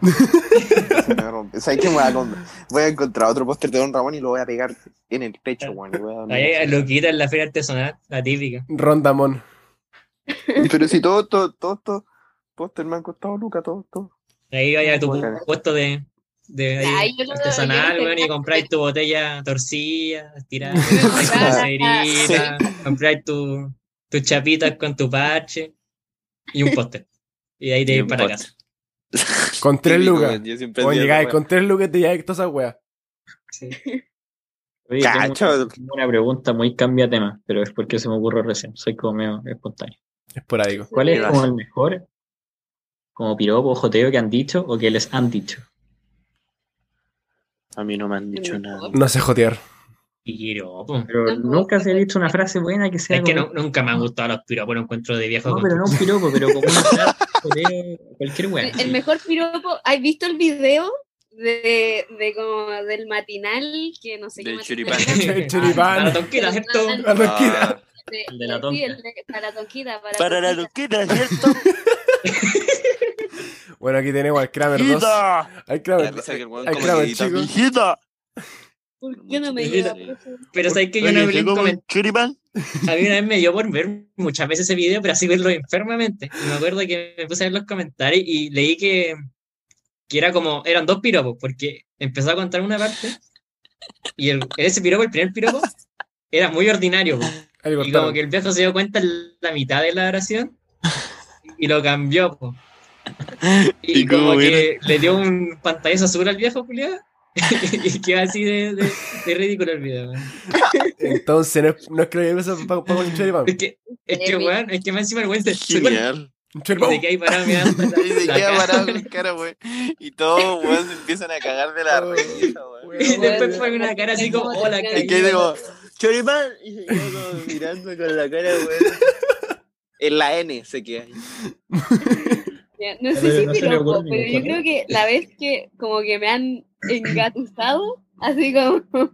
S7: Se me rompe. ¿Sabes qué? Me Voy a, comprar- voy a encontrar otro póster de Don Ramón y lo voy a pegar en el pecho, weón. y voy a dormir
S4: Ahí
S7: así.
S4: lo quita en la feria artesanal, la típica.
S3: Rondamón.
S7: Pero si todo, todo, todo, todo póster me han costado, Luca, todo, todo.
S4: Ahí vaya a tu
S7: Bacán.
S4: puesto de, de ahí,
S6: Ay, yo no- yo no
S4: artesanal,
S6: tenía-
S4: weón, y compráis tu botella torcida,
S6: *laughs*
S4: estirada,
S6: compraba-
S4: compráis tu compráis tu- tus chapitas con tu parche y un póster. Y de ahí te
S5: Y
S4: ir
S3: pues.
S5: un
S4: para
S5: póster.
S4: casa.
S3: Con tres
S9: Típico,
S3: lucas.
S9: weón, yo siempre
S3: Oye,
S9: hacía esa
S3: llegáis
S9: weá.
S3: con tres lucas te lleváis toda esa wea.
S5: Oye, tengo-
S9: Cacho.
S5: tengo una pregunta muy cambia tema, pero es porque se me ocurrió recién. Soy como medio espontáneo.
S3: Esporádico.
S5: ¿Cuál es
S9: Gracias.
S5: como el mejor, como piropo o joteo que han dicho o que les han dicho?
S9: A mí no me han dicho
S6: El
S9: nada.
S6: mejor.
S3: No sé jotear.
S4: Piropo.
S5: Pero
S6: Tampoco
S5: nunca se ha
S6: sé.
S5: dicho una frase buena que sea
S4: Es que
S5: como-
S4: no- nunca me han gustado los piropos, lo encuentro de viejo.
S5: No,
S4: con
S5: pero no un piropo, pero como una frase, joteo, cualquier wea.
S6: *laughs* El, el mejor piropo, ¿has visto el video de, de como del matinal que no sé
S9: Del
S6: matinal
S9: choripán.
S6: era?
S3: El choripán.
S4: Ah, la tonquita, ¿cierto?
S3: *laughs*
S6: Ah,
S3: La tonquita.
S6: De- eh,
S5: El de la
S6: sí, el
S5: tonta.
S6: de- para Tonquita, para,
S8: Para la
S6: Tonquita.
S8: loquera, ¿cierto?
S3: Bueno, aquí tenemos al Kramer 2.
S8: ¡Hijita!
S3: Al
S9: La
S3: Kramer,
S9: risa que el weón
S3: al
S9: como
S3: Kramer
S9: que grita,
S3: chico.
S8: ¡Hijita!
S6: ¿Por qué no me
S4: Tonquita.
S6: lleva?
S4: Pero sabes que yo
S8: Oye,
S4: no vi un
S8: ¿llegó
S4: comentario.
S8: un choripán?
S4: A mí una vez me dio por ver muchas veces ese video, pero así verlo enfermamente. Y me acuerdo que me puse a ver los comentarios y leí que, que era como, eran dos piropos, porque empezó a contar una parte y el, ese piropo, el primer piropo, era muy ordinario. po.
S3: Ahí
S4: Y como
S3: cortaron.
S4: que el viejo se dio cuenta en la mitad de la oración y lo cambió. po. Y,
S8: ¿Y
S4: como
S8: cómo
S4: que le dio un pantallazo azul al viejo, Julián. *laughs* y quedó así de, de- de ridículo el video. weón.
S3: Entonces, no es, no es que lo lleves a pa- pa- un
S4: *laughs*
S3: choripán.
S4: Es que, es que,
S6: Nervi.
S4: weón, es que más encima el weón
S9: *laughs*
S4: se- se pone-
S9: Genial.
S3: Un
S4: Y
S3: choripán.
S4: se queda ahí parado mirando la-
S9: Y se
S4: la
S9: queda
S4: cara.
S9: parado con cara, weón. Y todos, weón, se empiezan a cagar de la risa,
S4: *laughs*
S9: weón.
S4: Y después pone una cara así como, hola,
S9: Y que
S4: caída". *laughs*
S9: digo, choripán. Y se queda como mirando con la cara, weón. En la N se
S6: *laughs*
S9: queda.
S6: Ya, No
S5: Pero
S6: sé si
S5: no se le
S6: piropo,
S5: ocurre ningún
S6: pero yo
S5: color.
S6: creo que la vez que como que me han engatusado, así como, como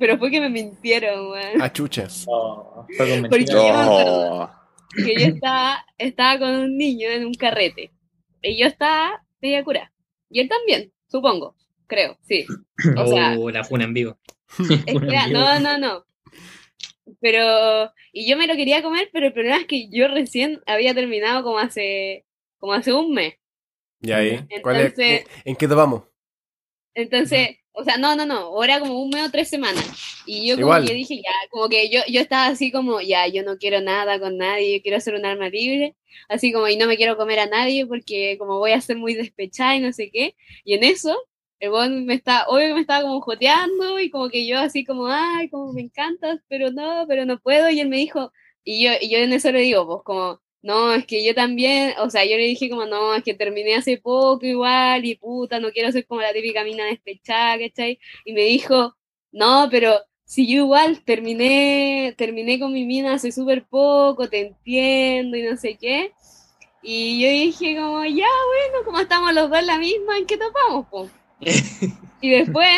S6: pero fue que me mintieron, weón.
S3: A Ah, chucha.
S5: No, Oh, fue con
S6: Porque
S5: mentira.
S6: yo me
S9: Oh.
S6: acuerdo que yo estaba, estaba con un niño en un carrete. Y yo estaba media cura. Y él también, supongo. Creo, sí. O sea,
S4: Oh, la funa en vivo.
S5: *laughs*
S6: es que-
S5: amigo.
S6: no, no, no. Pero, y yo me lo quería comer, pero el problema es que yo recién había terminado como hace, como hace un mes.
S3: Y ahí. ¿Cuál es-
S6: Entonces-
S3: ¿En qué topamos?
S6: Entonces, o sea, no, no, no, era como un mes o tres semanas. Y yo como
S3: Igual.
S6: que dije, ya, como que yo, yo estaba así como, ya, yo no quiero nada con nadie, yo quiero ser un alma libre, así como, y no me quiero comer a nadie porque como voy a ser muy despechada y no sé qué. Y en eso, el buen me está, obvio que me estaba como joteando y como que yo así como, ay, como me encantas, pero no, pero no puedo. Y él me dijo, y yo, y yo en eso le digo, pues como, no, es que yo también, o sea, yo le dije como, no, es que terminé hace poco igual este y puta, no quiero ser como la típica mina despechada, ¿cachai? Y me dijo, no, pero Si yo igual terminé, terminé con mi mina hace súper poco, te entiendo y no sé qué. Y yo dije como, ya bueno, como estamos los dos en la misma, ¿en qué topamos? po?". y después,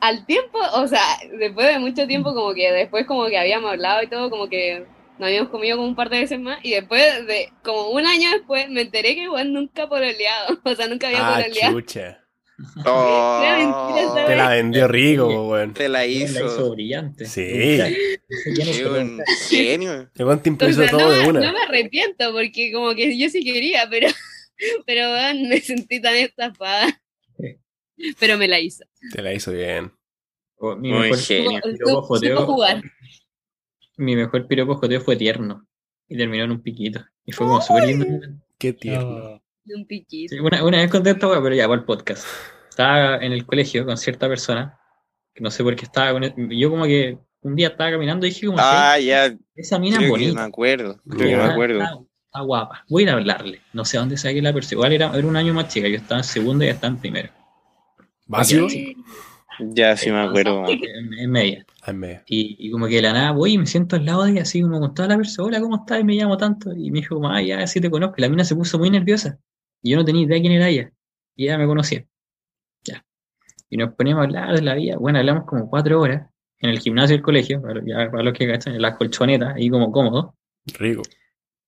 S6: al tiempo, o sea, después de mucho tiempo, como que después como que habíamos hablado y todo, como que nos habíamos comido como un par de veces más. Y después de, como un año después, me enteré que igual nunca pololeado. *laughs* O sea, nunca había
S3: Ah,
S6: pololeado.
S3: chucha.
S9: Oh,
S6: Era mentira esa
S3: Te la vendió rico, po, weón.
S9: te la
S5: La hizo
S9: hizo.
S5: brillante.
S3: Sí.
S9: *laughs*
S5: Ya no
S9: Es
S5: se
S9: un
S5: pregunta.
S9: genio.
S3: El weón te
S6: O
S3: improvisó
S6: sea,
S3: todo
S6: no,
S3: de
S6: me-
S3: una.
S6: no me arrepiento porque como que yo sí quería, pero, *laughs* pero weón, me sentí tan estafada. Pero me la hizo.
S3: Te la hizo bien.
S5: Oh, Mi
S9: Muy
S5: mejor
S9: genio.
S6: Supo-
S5: piropo
S6: supo jugar.
S5: joteo. Mi mejor piropo joteo fue tierno. Y terminó en un piquito. Y fue como súper lindo.
S3: Qué tierno.
S4: Oh,
S6: De un piquito.
S5: Sí, una, una vez conté esta wea, pero ya, para el podcast. Estaba en el colegio con cierta persona, que no sé por qué estaba con el- Yo como que un día estaba caminando y dije como,
S9: Ah, ya.
S5: "Che, esa mina es
S9: Creo que me
S5: bonita.
S9: acuerdo. Creo que me
S5: está-
S9: acuerdo.
S5: Está, está guapa. Voy a ir a hablarle. No sé dónde saqué la persona. Igual era, era un año más chica, yo estaba en segundo y ella estaba en primero.
S3: ¿Vacío?
S9: Ya sí me acuerdo. man.
S5: En, en media.
S3: Ah, en medio.
S5: Y, y como que de la nada voy y me siento al lado de ella, así como con toda la persona, hola, ¿cómo estás? Y me llamo tanto. Y me dijo, como, ah, ya, sí te conozco. Y la mina se puso muy nerviosa. Y yo no tenía idea quién era ella. Y ella me conocía. Ya. Y nos poníamos a hablar de la vida. Bueno, hablamos como cuatro horas en el gimnasio del colegio, para, ya, para los que gastan en las colchonetas, ahí como cómodo.
S3: *laughs* Rico.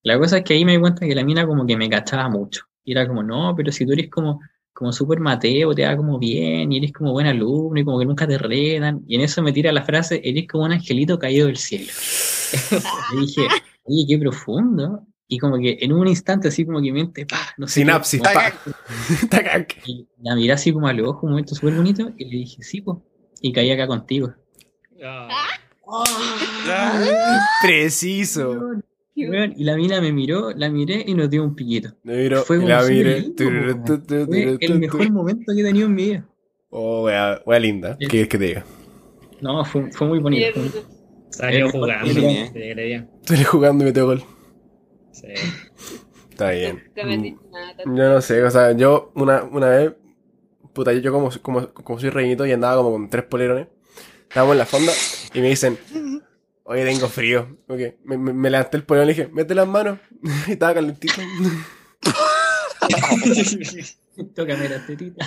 S5: La cosa es que ahí me di cuenta que la mina como que me cachaba mucho. Y era como, no, pero si tú eres como, como súper Mateo, te va como bien, y eres como buen alumno, y como que nunca te redan. Y en eso me tira la frase, eres como un angelito caído del cielo. *laughs* Y dije, oye, qué profundo. Y como que en un instante así como que mi mente, pa, no sé. qué,
S3: Sinapsis.
S5: como-
S3: pa. Tacac.
S5: y la miré así como a los ojos, un momento súper bonito, y le dije, sí, pues. Y caí acá contigo.
S4: Ah,
S3: Preciso.
S5: Ah. Weón, Y la mina me miró, la miré y nos dio un piquito.
S3: Me miro,
S5: Fue
S3: la
S5: como
S3: miré.
S5: súper
S3: Tururú,
S5: lindo,
S3: tu, tu,
S5: Fue
S3: tururú,
S5: el
S3: tu, tu.
S5: mejor momento que he tenido en mi vida.
S3: Oh, wea, wea linda. ¿Qué
S5: Sí.
S3: quieres que te diga?
S5: No, fue, fue muy bonito. fue muy-
S6: Tierno.
S4: Salió
S5: Era un
S4: jugando.
S5: buen
S9: genio,
S4: te diría.
S3: Estoy jugando y metió gol.
S4: Sí.
S3: Está bien.
S6: Te metiste
S5: Mm.
S6: nada, tanto.
S3: Yo no sé, o sea, yo una, una vez, puta, yo, yo como, como, como soy reñito y andaba como con tres polerones, estábamos en la fonda y me dicen, oye, tengo frío. Ok, me, me- me levanté el polerón y le dije, mete las manos. *laughs* Y estaba calentito. *laughs*
S5: Tócame la tetita,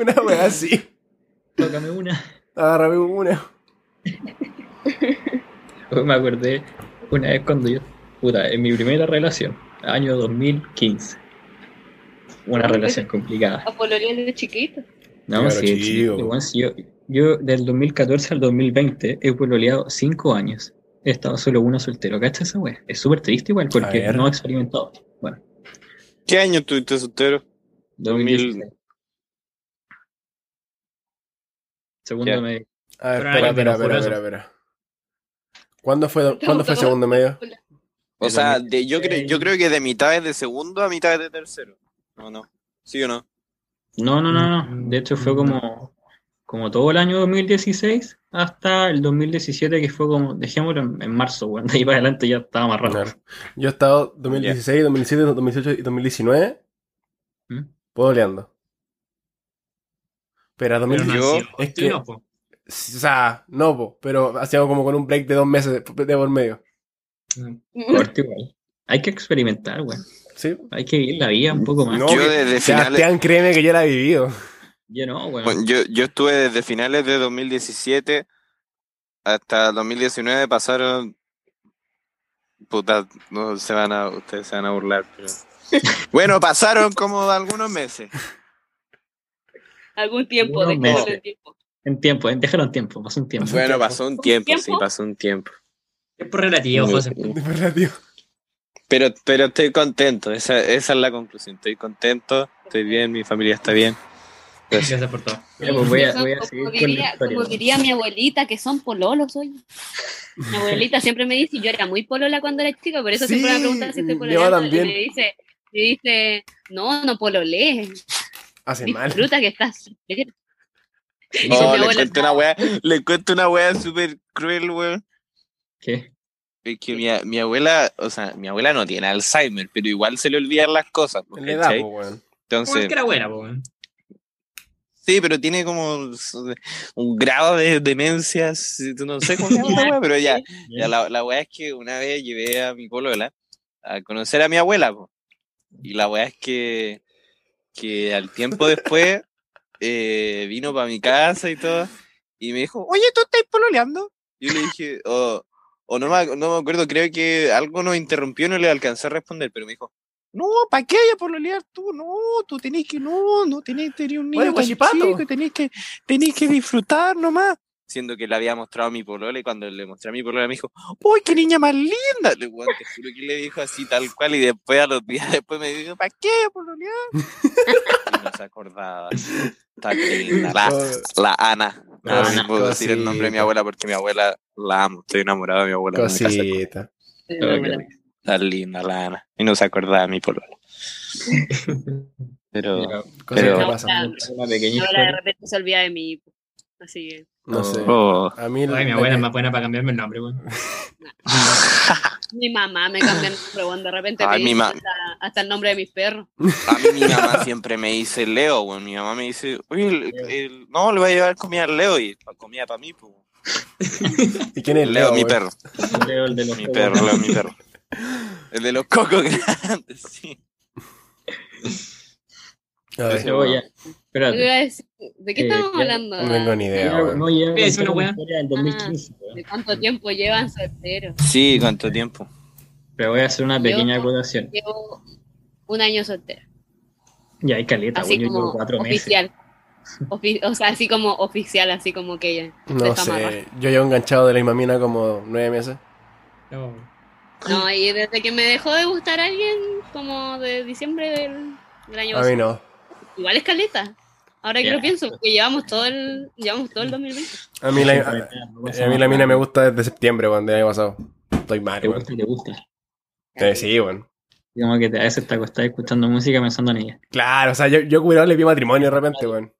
S3: una wea así.
S5: tócame una.
S3: Agarrame una.
S5: Me acordé una vez cuando yo, puta, en mi primera relación, año 2015. Una relación complicada.
S6: A pololear de chiquito.
S5: No,
S3: Claro,
S5: sí, sí,
S3: chico.
S5: igual sí, yo, yo del 2014 al 2020 he pololeado 5 años. He estado solo uno soltero, ¿cacha esa wea? Es súper triste igual porque
S3: ver.
S5: no he experimentado. Bueno,
S9: ¿Qué año tuviste soltero?
S5: 2016. Segundo
S9: Ya.
S5: medio.
S3: A ver,
S4: Pero
S3: espera,
S4: ay,
S3: espera,
S4: pero
S3: espera,
S4: por eso.
S3: espera, espera. ¿Cuándo fue, ¿cuándo fue segundo medio?
S9: O
S5: El
S9: sea, de, yo, creo
S5: 2016.
S9: yo creo que de mitades de segundo a mitades de tercero. ¿O no? ¿Sí o no?
S5: No, no, no,
S4: Mm,
S5: no. De hecho fue como, como todo el año 2016 hasta el 2017 que fue como, dejémoslo en, en marzo, bueno, *laughs* de ahí para adelante ya estaba amarrado.
S3: Claro. Yo he estado 2016, 2017, 2018 y 2019
S5: ¿Mm?
S3: poleando. Espera,
S4: Pero
S3: 2018.
S4: no
S9: Yo-
S4: ha
S3: es
S4: sido
S3: que-
S4: continuo, po.
S3: O sea, no, po, pero hacíamos como con un break de dos meses de de por medio.
S5: Corte igual. Hay que experimentar, güey.
S3: ¿Sí?
S5: Hay que vivir la vida un poco más.
S3: No,
S9: yo
S3: que-
S9: desde finales.
S3: Sebastián, créeme que yo la he vivido. *laughs*
S5: Yo no, güey.
S9: bueno, yo, yo estuve desde finales de 2017 hasta 2019. Pasaron. Puta, no se van a. Ustedes se van a burlar,
S3: *laughs*
S9: pero. Bueno, pasaron como algunos meses.
S6: *laughs* Algún tiempo,
S5: Unos
S6: déjalo
S5: meses.
S6: en tiempo.
S5: En tiempo, en- déjalo en tiempo, pasó un tiempo.
S9: Bueno, pasó un tiempo, sí,
S6: ¿Tiempo?
S9: pasó un tiempo.
S4: Es por relativo, José.
S3: De verdad, tío.
S9: Pero, pero estoy contento, esa, esa es la conclusión. Estoy contento, estoy bien, mi familia está bien. Gracias.
S4: Gracias por todo.
S5: Ya, pues, voy a, voy a
S6: Son,
S5: seguir
S6: como,
S5: con la
S6: diría,
S5: historia.
S6: como diría mi abuelita, que son pololos hoy. Mi abuelita siempre me dice, yo era muy polola cuando era chica, por eso
S3: Sí,
S6: siempre me preguntan si estoy
S3: yo
S6: pololeando. Y
S3: también.
S6: me dice, me dice, no, no pololees,
S3: Hace mal.
S6: disfruta que
S3: *laughs*
S6: estás soltera". Dice mi
S9: Oh, le
S6: abuela,
S9: cuento una wea,
S6: *laughs*
S9: le cuento una wea súper cruel, weón.
S5: ¿Qué?
S9: Es que mi, a- mi abuela, o sea, mi abuela no tiene Alzheimer, pero igual se le olvidan las cosas. po,
S3: Le da,
S9: ¿cachai?
S3: po, weón.
S4: Como es
S9: Entonces,
S4: que era buena, po. weón.
S9: Sí, pero tiene como un grado de demencia, si- no sé cómo se llama, esa wea, pero *laughs* ya, ya la, la weá es que una vez llevé a mi polola a conocer a mi abuela, po. y la weá es que, que al tiempo después eh, vino para mi casa y todo, y me dijo, oye, ¿tú estás pololeando? Yo le dije, "Oh, o no me, ac- no me acuerdo, creo que algo nos interrumpió y no le alcancé a responder, pero me dijo, no, ¿para qué hay a pololear tú? No, tú tenés que, no, no tenés, tenés un
S3: Oye,
S9: niño tan
S3: guachipato.
S9: chico, tenés que, tenés que disfrutar nomás. Siendo que le había mostrado a mi polola y cuando le mostré a mi polola me dijo, ¡Uy, qué niña más linda! Le, weón, te juro que le dijo así tal cual y después a los días *laughs* después me dijo, ¿para qué pololear? Y no se acordaba. Está linda, la, la Ana.
S3: Ah,
S9: No, no,
S3: Ana.
S9: puedo decir el nombre de mi
S3: Cosita.
S9: abuela porque mi abuela la amo. Estoy enamorado de mi abuela. no me casé con-
S3: Cosita.
S9: Está linda la Ana. Y no se acordaba de mi polola. *laughs* Pero...
S3: Cosas
S9: Pero-
S3: que pasan.
S5: Una pequeña
S6: Ahora de
S5: historia.
S6: repente se olvida de mí. Así que.
S3: No sé.
S9: Oh.
S3: A mí la-
S4: Ay, mi
S3: la
S4: abuela
S3: que-
S4: es más buena para cambiarme el nombre, weón.
S6: Mi mamá me cambia el nombre, weón. De repente
S9: Ay,
S6: me
S9: mi
S6: dice
S9: ma-
S6: hasta, hasta el nombre de mis perros.
S9: A mí mi mamá siempre me dice Leo, weón. Mi mamá me dice, oye, el- el- no, le voy a llevar comida al Leo y pa- comida para mí, pues.
S3: ¿Y quién es
S9: Leo, mi
S3: güey?
S9: perro.
S5: Leo, el de los
S9: Mi
S5: cocos.
S9: perro, Leo, mi perro. El de los cocos *laughs* grandes, sí.
S3: A ver,
S9: Ese
S5: Yo ya.
S6: Yo iba
S5: Espérate.
S6: a decir, ¿De qué
S5: Eh,
S6: estamos
S5: ya-
S6: hablando?
S3: no tengo ni idea,
S5: No,
S3: güey.
S5: no llega.
S4: Es una weá.
S6: Ah.
S5: del 2015, weón.
S6: ¿De cuánto tiempo llevan solteros?
S9: Sí, ¿cuánto tiempo?
S5: Pero voy a hacer una pequeña
S6: Yo-
S5: acotación.
S6: Llevo un año soltero.
S5: Ya hay caleta,
S6: Así
S5: weón. Yo llevo
S6: como
S5: cuatro meses.
S6: oficial. Ofi- o sea, así como oficial, así como que ya.
S3: No
S6: Deja amarrar.
S3: sé. Yo llevo enganchado de la misma mina como nueve meses.
S4: No.
S6: No, y desde que me dejó de gustar alguien, como de diciembre del, del año
S3: A mí
S6: pasado.
S3: no.
S6: Igual es caleta. Ahora que
S5: Ya.
S6: lo pienso, porque llevamos todo el, llevamos todo el 2020.
S3: A mí la, a, a mí la mina me gusta desde septiembre, weón, del año pasado. Estoy mal,
S5: Te
S3: weón.
S5: gusta, te gusta.
S3: Eh, sí, weón.
S5: Digamos que te- a veces te acostás escuchando música pensando en ella.
S3: Claro, o sea, yo, yo curado le vi matrimonio de repente, weón.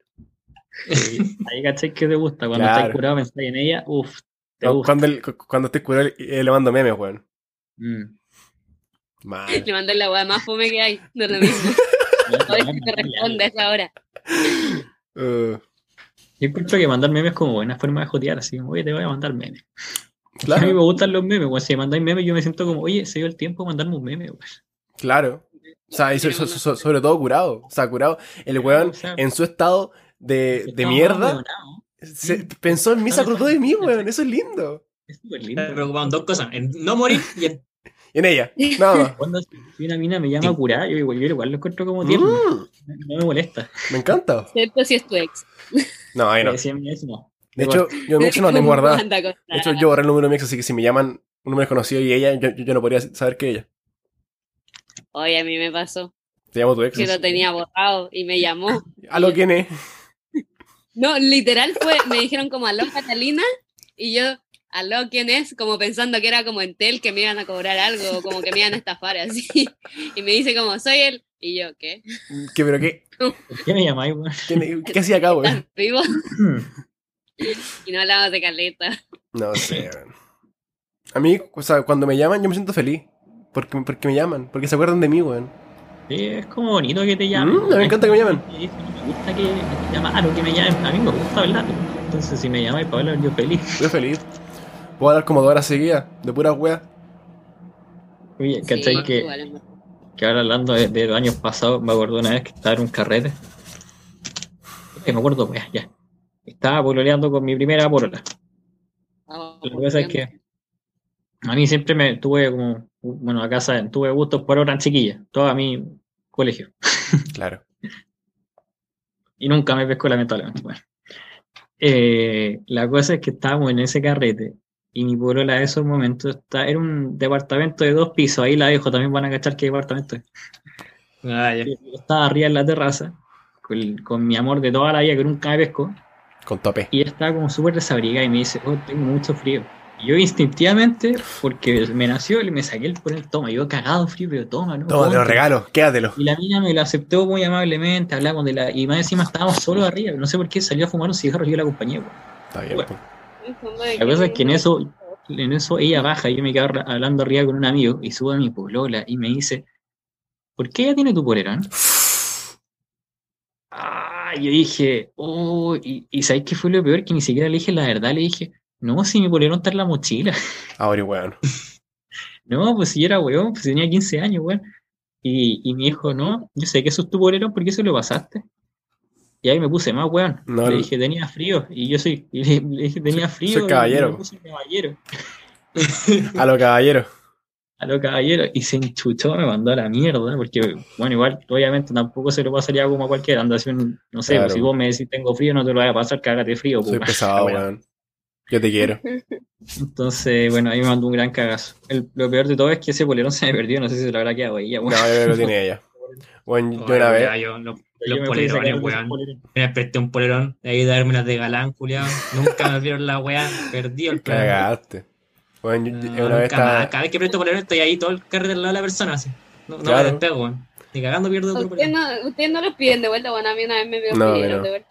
S5: Ahí caché que te gusta. Cuando
S3: Claro.
S5: estás curado pensás en ella, uff, te
S3: Cu-
S5: gusta.
S3: Cuando, el- cu- cuando estoy curado eh, le mando memes, weón.
S5: Mm.
S3: Mal.
S6: Le mandé la weá más fome que hay, no es lo mismo. A ver si te responde a esa hora.
S3: Eh,
S5: Yo encuentro que mandar memes es como buena forma de jotear, así como, oye, te voy a mandar memes. A mí me
S3: claro,
S5: gustan los memes, weón. Si me mandáis memes, yo me siento como, oye, se dio el tiempo de mandarme un meme, weón.
S3: claro. O sea, y so- so- so- sobre todo curado. O sea, curado. El weón, en su estado Eh, de, de
S5: Estaba
S3: mierda,
S5: abandonado.
S3: se pensó en mí, se acordó de mí, weón. Eso es lindo.
S5: Es súper lindo.
S4: Me preocupaban dos cosas: en no morir y
S5: *laughs*
S4: en.
S3: Y en ella, nada más.
S5: Cuando si una mina me llama a curar, yo igual, yo igual lo encuentro *laughs* como tierno.
S3: Mm,
S5: No me molesta.
S3: me encanta.
S6: Excepto si es tu ex.
S3: No, ahí no.
S5: Pero si a mí eso no.
S3: De hecho, yo mi ex no la tengo
S6: *laughs*
S3: guardada. De hecho, yo borré el número de mi ex, así que si me llaman un número desconocido y ella, yo, yo- yo no podría saber que ella.
S6: Oye, a mí me pasó.
S3: Te llamo tu ex.
S6: Yo lo tenía borrado y me llamó.
S3: ¿Aló quién es?
S6: No, literal fue, me dijeron como aló Catalina y yo, aló quién es, como pensando que era como Entel que me iban a cobrar algo, como que me iban a estafar así. Y me dice como soy él y yo, ¿qué?
S3: ¿Qué, pero qué,
S5: ¿Por qué me llamáis, weón?
S3: ¿Quién- qué hacía acá,
S6: ¿Estás
S3: weón? *laughs*
S6: vivo? Y no hablamos de caleta.
S3: No sé, weón. A mí, o sea, cuando me llaman, yo me siento feliz. Porque, porque me llaman, porque se acuerdan de mí, weón.
S5: Sí, es como bonito que te llamen.
S3: Mm, a mí me encanta que me llamen.
S5: Me gusta que me llamaron, que me llamen. A mí me gusta hablar. Entonces, si me llamáis para hablar, yo feliz.
S3: Estoy feliz. Puedo hablar como dos horas seguidas, de puras weas.
S5: Oye,
S6: Sí,
S5: ¿cachai? que,
S6: igual es verdad.
S5: que ahora hablando de, de los años pasados, me acuerdo una vez que estaba en un carrete. Eh, me acuerdo, weá, ya. Estaba pololeando con mi primera polola.
S6: Vamos,
S5: La cosa es que a mí siempre me tuve como, bueno, acá saben, tuve gustos por horas chiquillas, toda mi colegio.
S3: Claro.
S5: Y nunca me pescó, lamentablemente. Bueno. Eh, la cosa es que estábamos en ese carrete y mi polola de esos momentos está, era un departamento de dos pisos, ahí la dejo, también van a cachar qué departamento es.
S4: Ah, ya.
S5: Yo Estaba arriba en la terraza con, con mi amor de toda la vida que nunca me pescó.
S3: Con tope.
S5: y ella estaba como súper desabrigada y me dice, oh, tengo mucho frío. Y yo instintivamente, porque me nació, le- me saqué el por el toma, yo cagado frío, pero toma, ¿no?
S3: Toma, te lo
S5: Ponte".
S3: regalo, quédatelo.
S5: Y la mina me lo aceptó muy amablemente, hablamos de la... Y más encima estábamos solos arriba, no sé por qué salió a fumar un cigarro y yo la acompañé. weón.
S3: Está bien, pues.
S5: Bueno.
S3: po.
S5: La cosa es que en eso, en eso ella baja, y yo me quedo ra- hablando arriba con un amigo y sube a mi polola y me dice, ¿por qué ella tiene tu polera? no?". Ah, yo dije, oh, y, y ¿sabes qué fue lo peor? Que ni siquiera le dije la verdad, le dije, no, si me volvieron a dar la mochila.
S3: Ahora, Ah, weón.
S5: No, pues si yo era weón, pues tenía 15 años, weón. Y, y me dijo, no, yo sé que eso es tu bolero, ¿por qué se lo pasaste? Y ahí me puse más, weón.
S3: No,
S5: le
S3: el-
S5: dije, tenía frío. Y yo soy, *laughs* y le, le dije, tenía frío. y
S3: caballero.
S5: me puse caballero.
S3: A los caballeros.
S5: A lo caballero. Y se enchuchó, me mandó a la mierda. Porque, bueno, igual, obviamente tampoco se lo pasaría como a cualquiera. Anda, si un- no sé,
S3: Claro.
S5: pues, si vos me decís tengo frío, no te lo voy a pasar, cágate frío.
S3: Soy
S5: pues,
S3: pesado,
S5: weón.
S3: weón. Yo te
S5: *laughs*
S3: quiero.
S5: Entonces, bueno, ahí me mandó un gran cagazo. El- lo peor de todo es que ese polerón se me perdió, no sé si se lo habrá quedado ahí. Ya,
S3: No,
S5: weón.
S3: yo creo que lo tiene ella. Bueno, yo
S4: Oye,
S3: una
S4: ya,
S3: vez.
S4: yo, los,
S5: Yo
S4: los
S5: me fui a sacar
S4: polerones,
S5: esos
S4: weón.
S5: polerones.
S4: Me presté un polerón, de ahí de darme las de galán, culiao. Nunca me vieron la weá, perdí el polerón.
S3: Cagaste. Bueno, *laughs* yo- yo
S4: No,
S5: Ah,
S3: una vez
S4: nunca más.
S3: estaba.
S4: Cada vez que presto polerón estoy ahí todo el carrete al lado de la persona, así. No, no
S3: Claro.
S4: me despego, weón. Ni cagando pierdo otro
S6: Ustedes
S4: polerón.
S6: no, ustedes no los piden de vuelta, bueno, a mí una vez me vieron
S3: No,
S6: pidieron
S3: no.
S6: de vuelta.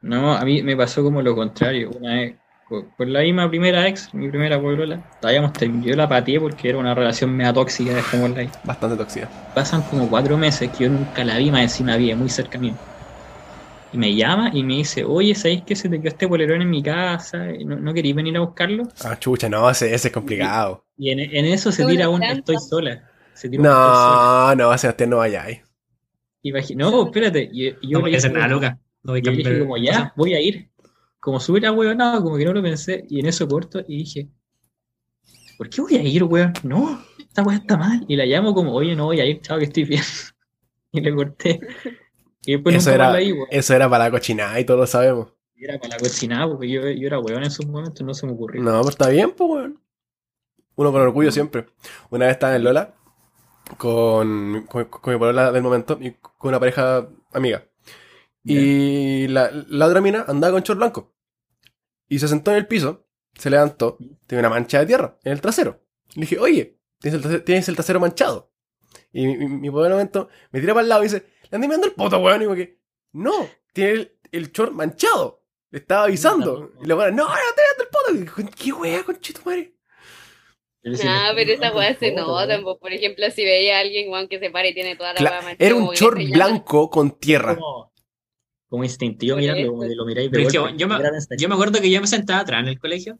S5: No, a mí me pasó como lo contrario. Una vez, con, con la misma primera ex, mi primera polola, habíamos terminado, yo la pateé porque era una relación mega tóxica, dejémosla ahí.
S3: Bastante tóxida.
S5: Pasan como cuatro meses que yo nunca la vi, más encima vi muy cerca mío. Y me llama y me dice, oye, ¿sabéis que se te quedó este polerón en mi casa? ¿No, no queréis venir a buscarlo?
S3: Ah, chucha, no, ese, ese es complicado.
S5: Y en, en eso se
S6: Una
S5: tira un
S6: trampa.
S5: estoy sola. Se tira un estoy sola.
S3: No, no, Sebastián, no vaya ahí.
S5: Y me dije, no, espérate. Y, y yo
S4: No voy
S5: le
S4: a hacer
S5: dije,
S4: nada, loca. No voy a
S5: yo le
S4: cambiar.
S5: dije como, ya, voy a ir. Como súper ahueonado, como que no lo pensé. Y en eso corto y dije, ¿por qué voy a ir, weón? No, esta weá está mal. Y la llamo como, oye, no voy a ir, chao, que estoy bien. *laughs* Y le corté. Y después
S3: Eso
S5: Pues nunca
S3: era,
S5: más la vi, weón.
S3: eso era para la cochinada y todos lo sabemos.
S5: Y Era para la cocinada, porque yo, yo era weón en esos momentos, no se me ocurrió.
S3: No, pero está bien, pues, weón. Uno con orgullo siempre. Una vez estaba en Lola con, con, con mi polola del momento y con una pareja amiga. Y la, la otra mina andaba con short blanco. Y se sentó en el piso, se levantó, tiene una mancha de tierra en el trasero. Le dije, oye, tienes el trasero, tienes el trasero manchado. Y mi, mi, mi polola del momento me tira para el lado y dice, le andé mirando el poto, weón. Y como que, no, tiene el, el short manchado. Le estaba avisando. Y la weona, no, no, te del poto. ¿Qué wea, conchito madre?
S5: Yo le decía, "Me
S6: No, pero
S5: estoy weón,
S6: esa weá se
S5: puta,
S6: nota.
S5: weón".
S6: po. Por ejemplo, si veía a alguien weón, que se para y tiene toda la
S3: Cla-
S6: weá manchada,
S3: era un
S6: como que
S3: short
S6: se llama.
S3: blanco con tierra.
S5: Como, como instintivo
S6: Por
S5: mirarlo,
S6: eso.
S5: como que lo miráis eh, de
S4: Pero es que
S5: golpe.
S4: yo me-
S5: Era de
S4: Yo me acuerdo que yo me sentaba atrás en el colegio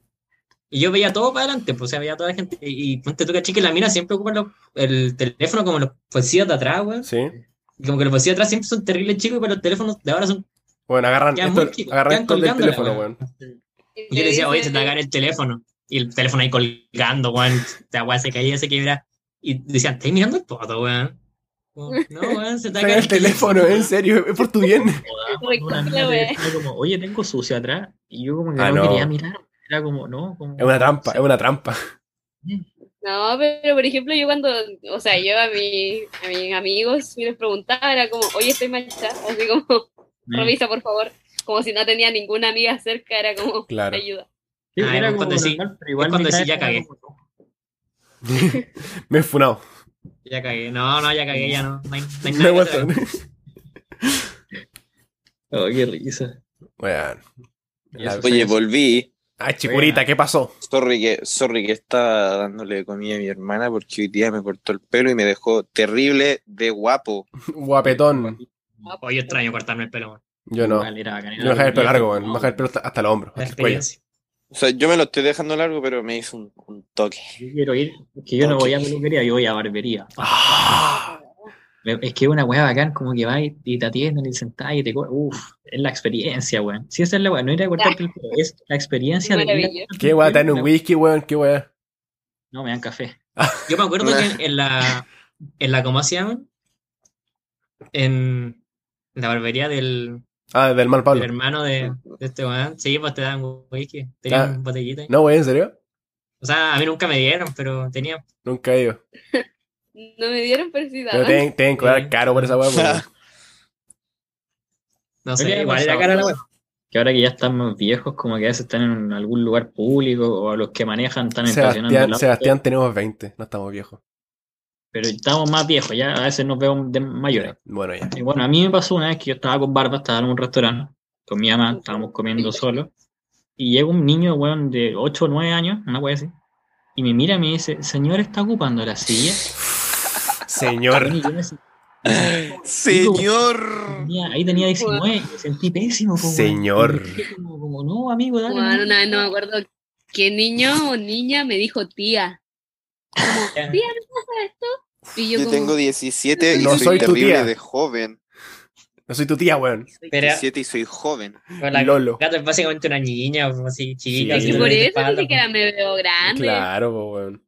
S4: y yo veía todo para adelante, pues, o sea, veía a toda la gente. Y, y ponte tú, caché que la mina siempre ocupa los- el teléfono como los bolsillos de atrás, weón.
S3: Sí.
S4: Y Como que los bolsillos de atrás siempre son terribles chicos, pero los teléfonos de ahora son.
S3: Bueno, agarran
S4: Ya,
S3: esto,
S4: muy chico,
S3: agarran
S4: quedan
S3: esto del
S4: colgándola,
S3: teléfono,
S4: weón.
S3: weón.
S6: Y
S4: Y yo
S6: le
S4: decía, oye, se
S6: dice-
S4: te va a caer el teléfono. Y el teléfono ahí colgando, weón. La weá se caía, se quebraba. Y decían, ¿estáis mirando el poto, weón? *laughs* Como, No, weón, se te va a
S3: Saca
S4: caer
S3: el teléfono, en serio, es por tu
S4: *laughs*
S3: bien.
S5: Una
S6: Recoge
S5: mina
S6: la
S5: te
S6: wea.
S5: decía como, oye, tengo sucio atrás. Y yo como que
S3: Ah,
S5: no,
S3: no.
S5: quería mirar. Era como, no, como...
S3: Es una trampa, es una trampa.
S6: No, pero por ejemplo, yo cuando, o sea, yo a, mi, a mis amigos y les preguntaba, era como, oye, estoy manchada, así como,
S5: Eh,
S6: revisa por favor, como si no tenía ninguna amiga cerca, era como,
S3: Claro.
S6: ayuda.
S5: sí,
S4: Ah,
S5: era
S4: es
S5: como
S4: cuando sí-
S5: normal, pero igual
S4: es cuando
S5: mirar
S4: sí ya
S5: era
S4: cagué.
S5: como,
S3: Me he funado.
S4: Ya cagué. No, no, ya cagué, ya no.
S3: *laughs*
S4: No hay, no hay
S3: Me
S4: nada que
S3: aguanto.
S4: hacer.
S5: Oh, qué risa.
S3: Weón. La-
S5: Eso,
S7: Oye,
S5: eso.
S7: volví.
S3: Ay, chicurita, ¿qué pasó?
S7: Sorry que, sorry que estaba dándole comida a mi hermana porque hoy día me cortó el pelo y me dejó terrible de guapo.
S3: Guapetón.
S4: Oye, yo extraño cortarme el pelo, weón.
S3: Yo no.
S5: Igual era bacán,
S3: Yo
S5: era
S3: me dejé el pelo
S5: bien,
S3: largo, weón. Me
S5: no,
S3: dejé el pelo hasta, hasta el hombro,
S4: La
S3: hasta el cuello.
S4: experiencia.
S7: O sea, yo me lo estoy dejando largo, pero me hizo un, un toque.
S5: Yo quiero ir, es que yo no
S7: Ok.
S5: voy a peluquería, yo voy a barbería.
S3: Ah.
S5: Me- Es que es una weá bacán, como que vas y, y te atienden y sentás y te co- Uf, es la experiencia, weón. Sí, esa es la weá, no ir a cortarte el pelo, es la experiencia de ir a
S6: Maravilloso.
S5: cortarte
S3: ¿Qué
S5: el
S3: weá?
S5: pelo,
S3: ¿Te dan un
S5: la-
S3: whisky, weón? ¿Qué weá?
S5: No, me dan café.
S4: Yo me acuerdo que en la, en la, ¿cómo se llama? En la barbería del,
S3: Ah, del mal
S4: del
S3: Pablo.
S4: hermano de, de este weón. Sí, pues te dan whisky, tenían
S3: Ah.
S4: botellita. ahí.
S3: No, weón, ¿en serio?
S4: O sea, a mí nunca me dieron, pero tenían.
S3: Nunca he ido.
S6: No me dieron persidad.
S3: Pero te te deben cobrar
S4: Sí.
S3: caro por esa
S4: *laughs*
S3: weá, weón.
S4: No
S5: Oye,
S4: sé, igual era
S5: pasaba.
S4: cara la weá.
S5: que ahora que ya están más viejos, como que a veces están en algún lugar público o los que manejan están estacionando el
S3: Sebastián,
S5: auto,
S3: Sebastián, tenemos 20, no estamos viejos.
S5: pero estamos más viejos, ya a veces nos vemos de mayores.
S3: Bueno, ya.
S5: Y Eh, bueno, a mí me pasó una vez que yo estaba con barba, estaba en un restaurante con mi mamá, estábamos comiendo solo, y llega un niño, weón, de 8 o 9 años, una wea así,
S3: *laughs*
S5: y me mira y me dice, señor, ¿está ocupando la silla?
S3: Señor.
S5: Y yo me, sen-
S9: Señor.
S5: Tenía- ahí tenía 19, me sentí pésimo. po, weón.
S3: Señor.
S5: Me sentí Como, como, no, amigo, dale.
S6: Bueno,
S5: no".
S6: una vez no me acuerdo qué niño o niña me dijo tía. Como, tía, ¿no pasa esto? Y yo,
S7: Yo
S6: como,
S7: tengo 17 y
S3: No
S7: soy,
S3: soy tu
S7: terrible
S3: tía.
S7: de joven.
S3: No soy tu tía, weón.
S4: Pero
S7: 17 y soy joven.
S4: con la
S3: Lolo.
S4: gato es básicamente una niña, o así chiquita.
S3: Sí.
S6: es
S4: así,
S6: que
S3: yo
S6: por
S4: de
S6: eso ni
S4: espalda, pues.
S6: siquiera me veo grande.
S3: Eh, Claro, po, weón.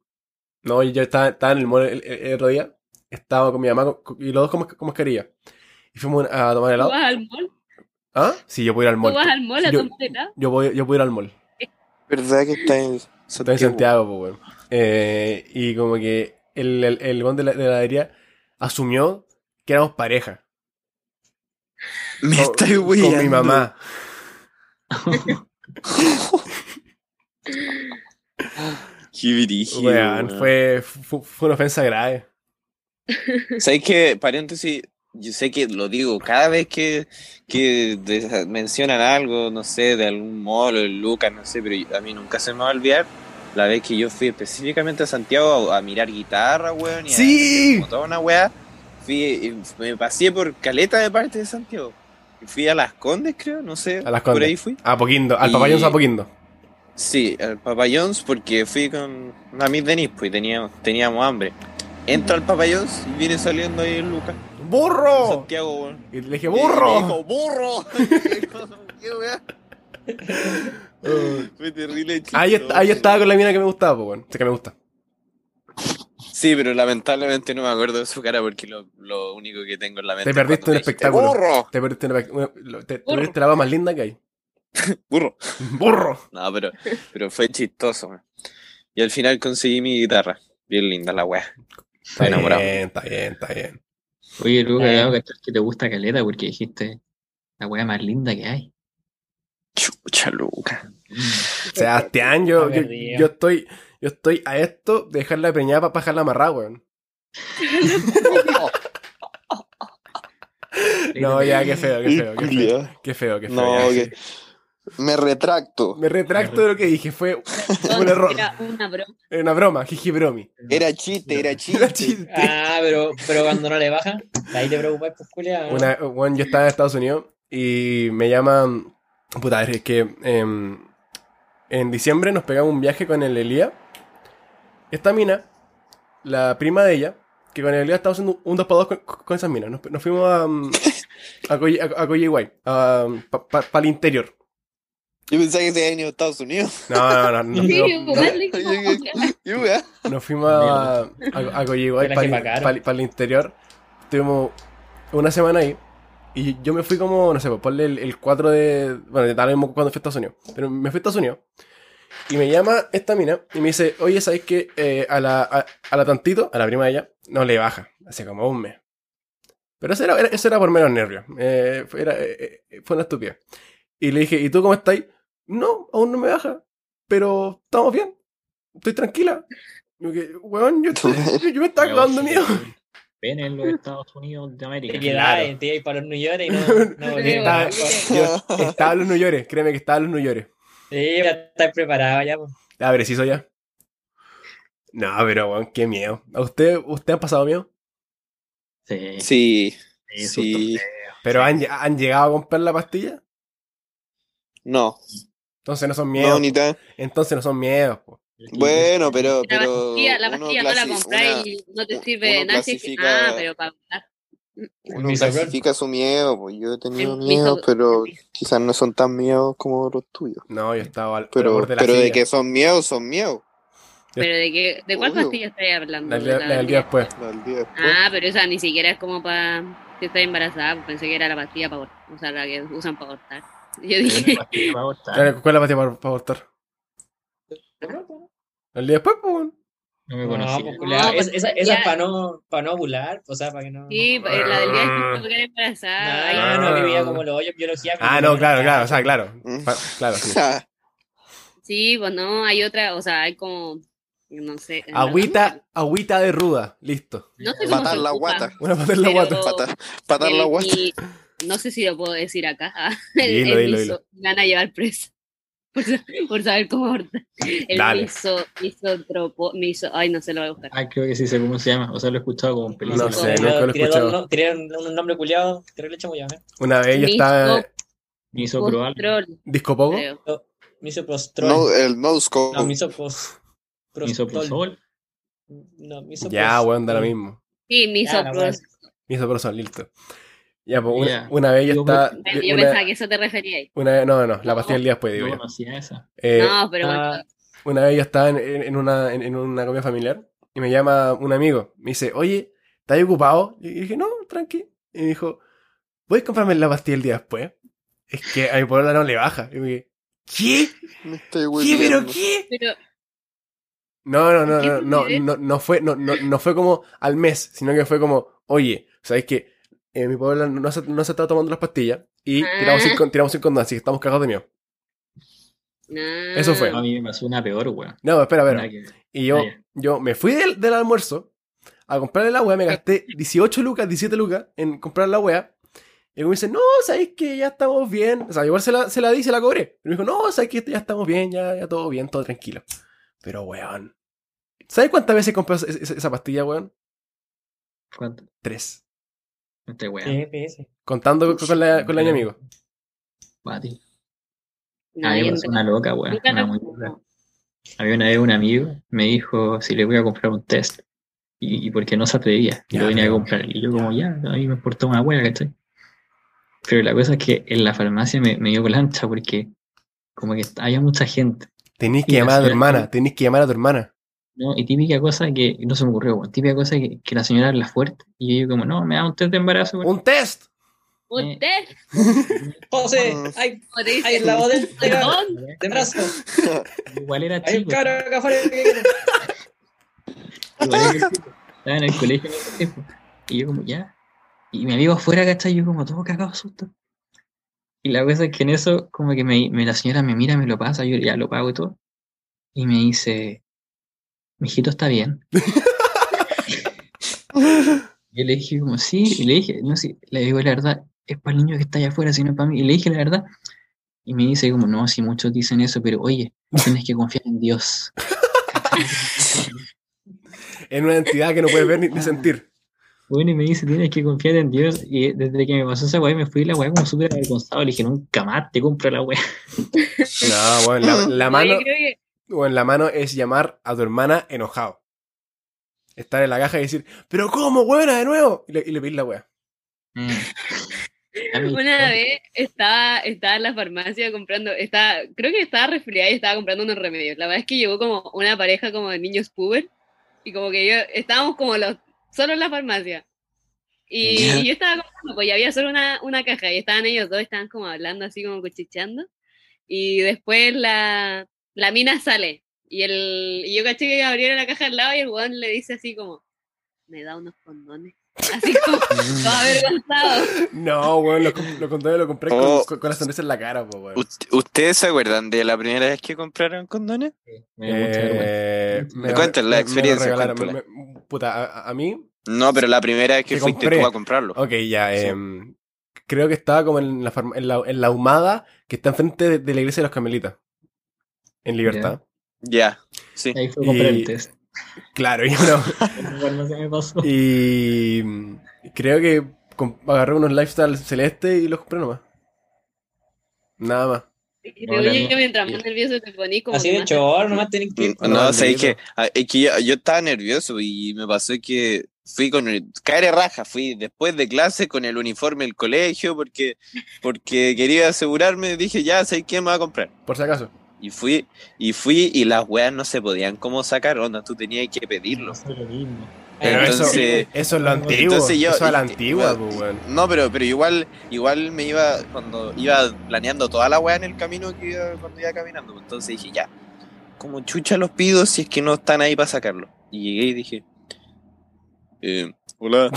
S3: No, yo estaba, estaba en el mall el, el- el otro día. Estaba con mi mamá con- con- y los dos con, masca- con mascarilla. Y fuimos a tomar
S6: Tú
S3: helado.
S6: vas al mall,
S3: ¿Ah? Sí, yo puedo ir al
S6: tú
S3: mall.
S6: vas al mall a
S3: Yo-
S6: tomar helado.
S3: Yo puedo, yo puedo ir al mall.
S7: ¿Verdad que está en
S3: Estoy en Santiago, po, weón. Eh, y como que el, el, el weón de la de la heladería asumió que éramos pareja.
S9: Me
S3: Con-
S9: estáis
S3: Con mi
S9: weyando.
S3: mamá.
S9: Qué brígido,
S3: Weón,
S9: weón.
S3: fue, fu- fue una ofensa grave.
S9: ¿Sabes qué? Paréntesis, yo sé que lo digo cada vez que, que desa- mencionan algo, no sé, de algún molo, el Lucas, no sé, pero yo- a mí nunca se me va a olvidar la vez que yo fui específicamente a Santiago a, a mirar guitarra, weón, y a-
S3: ¡Sí!
S9: como toda una weá, fui, y me pasé por caleta de parte de Santiago. Fui a Las Condes, creo, no sé,
S3: A Las
S9: por
S3: Condes.
S9: ahí fui.
S3: A Poquindo, al
S9: Y-
S3: papayón a Poquindo.
S9: Sí, al Papa John's porque fui con una Miss Denise, pues y teníamos, teníamos hambre. Entro al Papa John's y viene saliendo ahí el Lucas.
S3: ¡Burro!
S9: Santiago, weón.
S3: Y le dije,
S9: Y
S3: ¡burro!
S9: me dijo, burro. Qué weá.
S7: Eh.
S9: Fue terrible chistoso.
S3: Ahí, est- ahí estaba con la mina que me gustaba, pues, weón. O sea, que me gusta.
S9: Sí, pero lamentablemente no me acuerdo de su cara porque lo, lo único que tengo en la mente.
S3: Te
S9: es
S3: perdiste
S9: cuando
S3: un
S9: dijiste,
S3: espectáculo.
S9: ¡Burro!
S3: Te perdiste, una- una- lo- te- te
S6: Burro.
S3: perdiste la voz más linda que hay.
S9: ¡Burro!
S3: ¡Burro!
S9: No, pero, pero fue chistoso, man. Y al final conseguí mi guitarra. Bien linda la weá.
S3: Está
S9: enamorado.
S3: bien, está bien, está
S4: *laughs*
S3: bien.
S5: Oye, Luca,
S4: Eh.
S5: claro, cachar que te gusta Caleta porque dijiste la wea más linda que hay.
S9: Chucha, Luca.
S3: Sebastián, yo,
S4: Está
S3: yo,
S4: perdido.
S3: yo estoy, yo estoy a esto de dejarla preñada para bajarla amarrada, weón. No, ya, qué feo, qué feo, qué feo. Qué feo, qué feo.
S7: No,
S3: ya,
S7: que- Me retracto.
S3: Me retracto de lo que dije, *laughs*
S4: *laughs*
S3: fue un error.
S6: Era una broma.
S3: Era Una broma, jiji bromi.
S7: Era chiste, era chiste.
S3: *laughs* Era chiste.
S4: *laughs* Ah, pero, pero cuando no le baja, ahí te preocupas, pues, culia. ¿no?
S3: Una, bueno, yo estaba en Estados Unidos y me llama. Puta, es que em, en diciembre nos pegamos un viaje con el Elía. Esta mina, la prima de ella, que con el Elía estaba haciendo un 2x2 con, con esas minas. Nos, nos fuimos a, mm, a, Coy- a- a Coyhaiway, a, em, para el interior.
S7: Yo pensaba que se había ido a Estados Unidos. *laughs*
S3: No, no, no. no,
S6: Sí,
S3: no,
S6: yo,
S3: no.
S6: Wesley, como,
S7: Y weá,
S3: Nos fuimos a, a, a Coyhaiway,
S4: Era
S3: para,
S4: que
S3: el-
S4: pagaron.
S3: para el- para el interior. Tuvimos una semana ahí. Y yo me fui como, no sé, pues ponle el, el 4 de. Bueno, ya tal mismo cuando fui a Estados Unidos. Pero me fui a Estados Unidos. Y me llama esta mina y me dice: Oye, ¿sabes qué? Eh, a, la, a, a la tantito, a la prima de ella, no le baja. Hace como un mes. Pero eso era, era- eso era por menos nervios. Eh, fue- era, eh, eh, fue una estupidez. Y le dije: ¿Y tú cómo estáis? No, aún no me baja. Pero estamos bien. Estoy tranquila. Y yo que, Weón, yo,
S9: *laughs*
S3: estoy- yo- yo me estaba cagando de miedo.
S5: Ven en los Estados Unidos de
S4: Te
S5: América.
S4: quedas,
S3: claro.
S4: te ibas para los New York y no, no
S6: Sí,
S4: volvías.
S3: Estaba,
S4: Sí,
S3: yo- estaba en los New York, créeme que estaba en los New York.
S4: ya estás preparado ya. pues.
S3: Ah, preciso ya. No, pero weón, qué miedo. ¿A usted, usted ha pasado miedo?
S5: Sí, sí,
S9: Sí,
S5: susto.
S9: sí.
S3: ¿Pero han, han llegado a comprar la pastilla?
S9: No,
S3: Entonces no son
S9: no,
S3: miedos.
S9: ni tan.
S3: Entonces no son miedos. po.
S9: Bueno, pero.
S6: La
S9: pero
S6: pastilla, la
S9: uno
S6: pastilla no la
S9: clasi-
S6: compráis
S9: una-
S6: y no te
S9: uno
S6: sirve de nada. si es que-
S9: clasifica-
S6: Ah, pero para hablar.
S9: Uno
S4: Misoprol.
S9: clasifica su miedo, pues yo he tenido
S6: El
S9: miedo,
S6: miso-
S9: pero quizás no son tan miedos como los tuyos.
S3: No, yo estaba al al
S9: Pero,
S3: borde de la
S9: pero de
S3: silla.
S9: que son miedos, son miedos.
S6: Pero de qué, ¿de cuál
S9: Obvio.
S6: pastilla estáis hablando?
S3: La, del día- la del día después.
S9: La del día después.
S6: Ah, pero esa ni siquiera es como para si estás embarazada, pues pensé que era la pastilla para abortar, o sea, la que usan para abortar. *laughs* Yo dije,
S3: Claro, ¿Cuál es la pastilla para, para abortar? El día después, pues, weón.
S5: No me
S4: No,
S5: conocí. Ah,
S4: pues, culia,
S6: No,
S4: es-
S6: pues,
S4: esa, esa es
S6: ya.
S4: para no, para no ovular, o sea, para que no.
S6: sí, pa- la del día después porque era embarazada. Ay,
S4: Ah, No, no, vivía como los hoyos en biología.
S3: Ah, no, claro, claro, o sea, claro.
S9: Mm.
S3: Pa- claro,
S9: *laughs*
S3: sí.
S5: *laughs*
S9: Ja,
S6: Sí, pues no, hay otra, o sea, hay como, no sé. en verdad,
S3: Agüita, agüita de ruda, listo.
S6: No sé cómo
S9: Patar
S6: se
S9: la
S6: ocupa,
S9: guata.
S3: Una patada en la
S6: pero
S3: guata.
S9: Patar, patar la
S6: el-
S9: guata.
S6: mi- No sé si lo puedo decir acá. *laughs* ah,
S3: Dilo,
S6: El
S3: dilo,
S6: miso-
S3: dilo.
S6: Me van a llevar presa. *laughs* Por, sa- por saber cómo abortar. El
S3: Dale.
S6: miso- misotropo- miso- ay, no se lo voy a buscar.
S5: Ah, creo que sí sé cómo se llama. O sea, lo he escuchado como en película.
S3: No sé, nunca lo he
S4: Tiré dos
S3: escuchado.
S4: no- tiré un, un nombre culiado, terrible chamullado, ¿eh?
S3: Una vez ella estaba.
S5: Me hizo probar.
S6: Misocontrol,
S3: ¿Disco poco?
S6: creo.
S4: Misoprostrol.
S9: No,
S4: No,
S9: el no scope.
S4: misopos.
S5: Me hizo
S4: prostol.
S5: prosol.
S4: No, misopros-
S3: Ya, weón, da lo mismo.
S6: Sí,
S4: Ya, la wea.
S6: misoprostol.
S3: Me hizo por eso, listo. Ya, pues una,
S5: Ya.
S3: una vez ella
S5: Yo-
S3: estaba.
S6: Yo
S3: una-
S6: pensaba que eso te refería ahí.
S3: una vez- no, no, la pastilla del día después, digo
S5: No
S3: yo.
S5: conocía esa.
S3: Eh,
S6: No, pero bueno.
S4: Ah,
S3: Una vez yo estaba en, en- en una, en, en una comida familiar y me llama un amigo. Me dice, oye, ¿estás ocupado? Y dije, no, tranqui. Y me dijo, ¿puedes comprarme la pastilla el día después? Es que a mi pueblo no le baja. Y me dije, ¿qué?
S9: Me estoy
S3: ¿Qué, pero
S9: hueviando.
S3: qué?
S6: Pero,
S3: No, no, no,
S6: ¿Qué
S3: no, no,
S6: estupidez?
S3: no, no fue, no, no, no fue como al mes, sino que fue como, oye, ¿sabes qué? Eh, mi pueblo no se, no se estaba tomando las pastillas y tiramos
S6: Ah.
S3: sin, con- tiramos sin condón, así que estamos cagados de miedo.
S6: no.
S3: Eso fue.
S5: No, a mí me pasó una peor, weón.
S3: No, espera, espera.
S5: Una que-
S3: Y yo,
S5: Ah, ya.
S3: yo me fui del, del almuerzo a comprar la weá, me gasté 18 lucas, 17 lucas en comprar la weá. Y el güey me dice, no, sabéis que ya estamos bien. O sea, igual se la, se la di y se la cobré. Pero me dijo, no, sabéis que ya estamos bien, ya, ya todo bien, todo tranquilo. Pero weón. ¿Sabes cuántas veces compré esa, esa- esa pastilla, weón?
S5: ¿Cuánto?
S3: Tres.
S5: Este weón.
S4: ¿Qué qué es?
S3: Contando con, con la, con la enemigo.
S5: Bati.
S6: No,
S5: A mí me
S6: yo
S5: pasó
S6: nunca-
S5: una loca, weón.
S6: nunca
S5: Una
S6: lo-
S5: muy loca. A mí una vez un amigo me dijo si le voy a comprar un test. Y, y porque no se atrevía. Y
S3: Ya,
S5: lo venía a
S3: pero-
S5: comprar. Y yo como, ya, a mí me importó una hueá, ¿cachai? Pero la cosa es que en la farmacia me, me dio plancha porque como que había mucha gente.
S3: Tenés que
S5: Y
S3: llamar a tu
S5: hacer-
S3: hermana, tenés que llamar a tu hermana.
S5: ¿no? Y típica cosa que, no se me ocurrió, weón, típica cosa que, que la señora habla fuerte. Y yo como, no, me da un test de
S3: *laughs*
S5: embarazo. weón.
S3: ¡Un test!
S6: Usted,
S4: José,
S3: Ah.
S4: ay,
S6: como te
S4: ay,
S6: dice,
S4: la voz
S6: *laughs*
S4: del de
S6: perdón,
S4: brazo.
S5: Igual era
S4: Hay un
S5: chico.
S3: pues.
S4: cabro acá afuera que quiere.
S5: Igual era chico. Estaba en el colegio en ese tiempo. Y yo como, ya. Y mi amigo afuera, ¿cachai? Yo como, todo cagado de susto. Y la cosa es que en eso, como que me, me- la señora me mira, me lo pasa, yo ya lo pago y todo. Y me dice, mijito, ¿está bien? yo le dije como, sí. Y le dije, no sé, le digo la verdad, es para el niño que está allá afuera, si no es para mí. Y le dije la verdad. Y me dice como, no, si muchos dicen eso, pero oye, tienes que confiar en Dios.
S3: En una entidad que no puedes ver ni, ni sentir.
S5: Bueno, y me dice, tienes que confiar en Dios. Y desde que me pasó esa weá, me fui la weá como súper avergonzado. Le dije, nunca más te compro la weá.
S3: No, weón, la, la
S6: No,
S3: mano.
S6: yo creo que-
S3: o en la mano es llamar a tu hermana enojado. Estar en la caja y decir, pero ¿cómo, huevona, de nuevo? Y le, y le pedir la wea.
S9: Mm.
S5: *laughs* A mí,
S6: Una vez estaba, estaba en la farmacia comprando, estaba, creo que estaba resfriada y estaba comprando unos remedios. La verdad es que llegó como una pareja como de niños puber y como que yo estábamos como los solo en la farmacia. Y
S5: Ya.
S6: yo estaba comprando, pues ya había solo una, una caja y estaban ellos dos, estaban como hablando así como cuchicheando. Y después la, la mina sale y, el, y yo caché que abrieron la caja al lado y el weón le dice así como, me da unos condones. Así *laughs* como, todo avergonzado.
S3: No, weón, lo, comp- lo contrario, lo compré con-
S9: Oh.
S3: con, con la sonrisa en la cara, po, weón.
S9: Ust- ¿Ustedes se acuerdan de la primera vez que compraron condones?
S5: me da mucha vergüenza.
S3: Eh,
S5: vergüenza.
S3: lo-
S9: Cuéntala,
S3: me lo
S9: experiencia,
S3: regalaron,
S9: cuéntala.
S3: me- me- puta, a- a- a mí
S9: No, pero la primera vez que
S3: Que
S9: fuiste
S3: compré.
S9: tú a comprarlo.
S3: Ok, ya. em, creo que estaba como en la, farma- en la, en la ahumada que está enfrente de, de la iglesia de los carmelitas. En Libertad.
S9: Ya. Sí.
S5: Ahí fue a comprar
S3: Y-
S5: el test.
S3: Claro, *laughs* y no.
S5: Igual no se me pasó.
S3: Y mm, creo que com- agarré unos lifestyle celeste y los compré nomás. Nada más.
S6: Y
S5: Hola,
S6: oye,
S5: ¿no?
S6: mientras más nervioso te ponís, como
S4: Así
S6: que
S4: de
S6: más-
S4: chor, nomás tenés
S3: Mm,
S4: que.
S9: No,
S3: No,
S9: sé
S3: Andreito.
S9: que, ah, es que yo, yo estaba nervioso y me pasó que fui con el, caer de raja, fui después de clase con el uniforme del colegio porque, porque quería asegurarme, dije ya sé quién me va a comprar.
S3: Por si acaso.
S9: Y fui, y fui y las weas no se podían como sacar, onda, tú tenías que pedirlo.
S5: Pasó lo mismo.
S3: Pero eso- eh,
S9: Entonces,
S3: Eso es lo antiguo.
S9: Entonces yo-
S3: eso es la
S9: y-
S3: antigua,
S9: y-
S3: pues, weón.
S9: no, pero, pero igual, igual me iba, cuando iba planeando toda la wea en el camino que iba, cuando iba caminando, pues, entonces dije ya, como chucha los pido si es que no están ahí para sacarlo. Y llegué y dije,
S10: Eh, hola,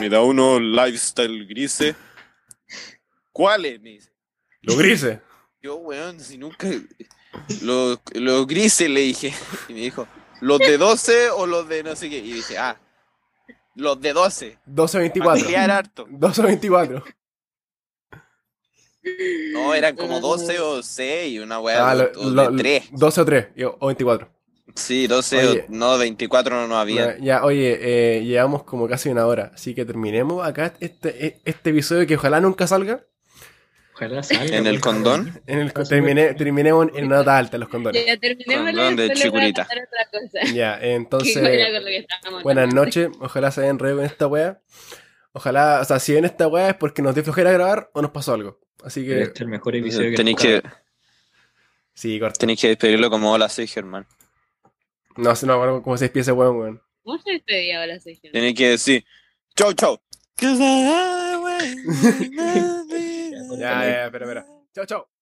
S10: me da uno lifestyle grise.
S9: ¿cuáles? Me dice.
S3: Los grises.
S9: Yo, weón, si nunca. Los, los grises le dije. Y me dijo, ¿los de 12 o los de no sé qué? Y dije, ah, los de 12. Para
S3: 1224.
S9: pelear harto.
S3: 1224.
S9: No, eran como 12 o 6, una weá
S3: Ah,
S9: de-
S3: lo-
S9: o
S3: lo-
S9: de 3.
S3: 12 o 3, y- o 24.
S9: Sí, 12
S3: Oye.
S9: o no, 24 no, no había.
S3: Ya, ya, oye, eh, llevamos como casi una hora, así que terminemos acá este, e- este episodio que ojalá nunca salga.
S5: Ojalá salga.
S9: En el
S5: por favor.
S9: condón.
S3: En el,
S5: Así
S3: termine- terminemos en una nota alta, los condones.
S6: *laughs* Ya terminemos
S9: Condón de chicurita.
S6: otra cosa. *laughs*
S3: Ya,
S6: Que era
S3: entonces,
S6: con lo que estábamos
S3: buenas
S6: hablando.
S3: noches, ojalá se hayan reído con esta wea. Ojalá, o sea, si ven esta wea es porque nos dio flojera grabar o nos pasó algo. Así
S5: Este
S3: que,
S5: es el mejor episodio que
S9: Tenéis
S5: nunca-
S9: que,
S3: sí, corta.
S9: tenéis que despedirlo como hola, soy Germán.
S3: No, sé, no, bueno, como se despide ese weón, weón.
S6: ¿Cómo este se despedía ahora, Sergio?
S9: Tenéis que decir, chau, chau.
S3: Ya, ya, espera, espera. Chao, chao.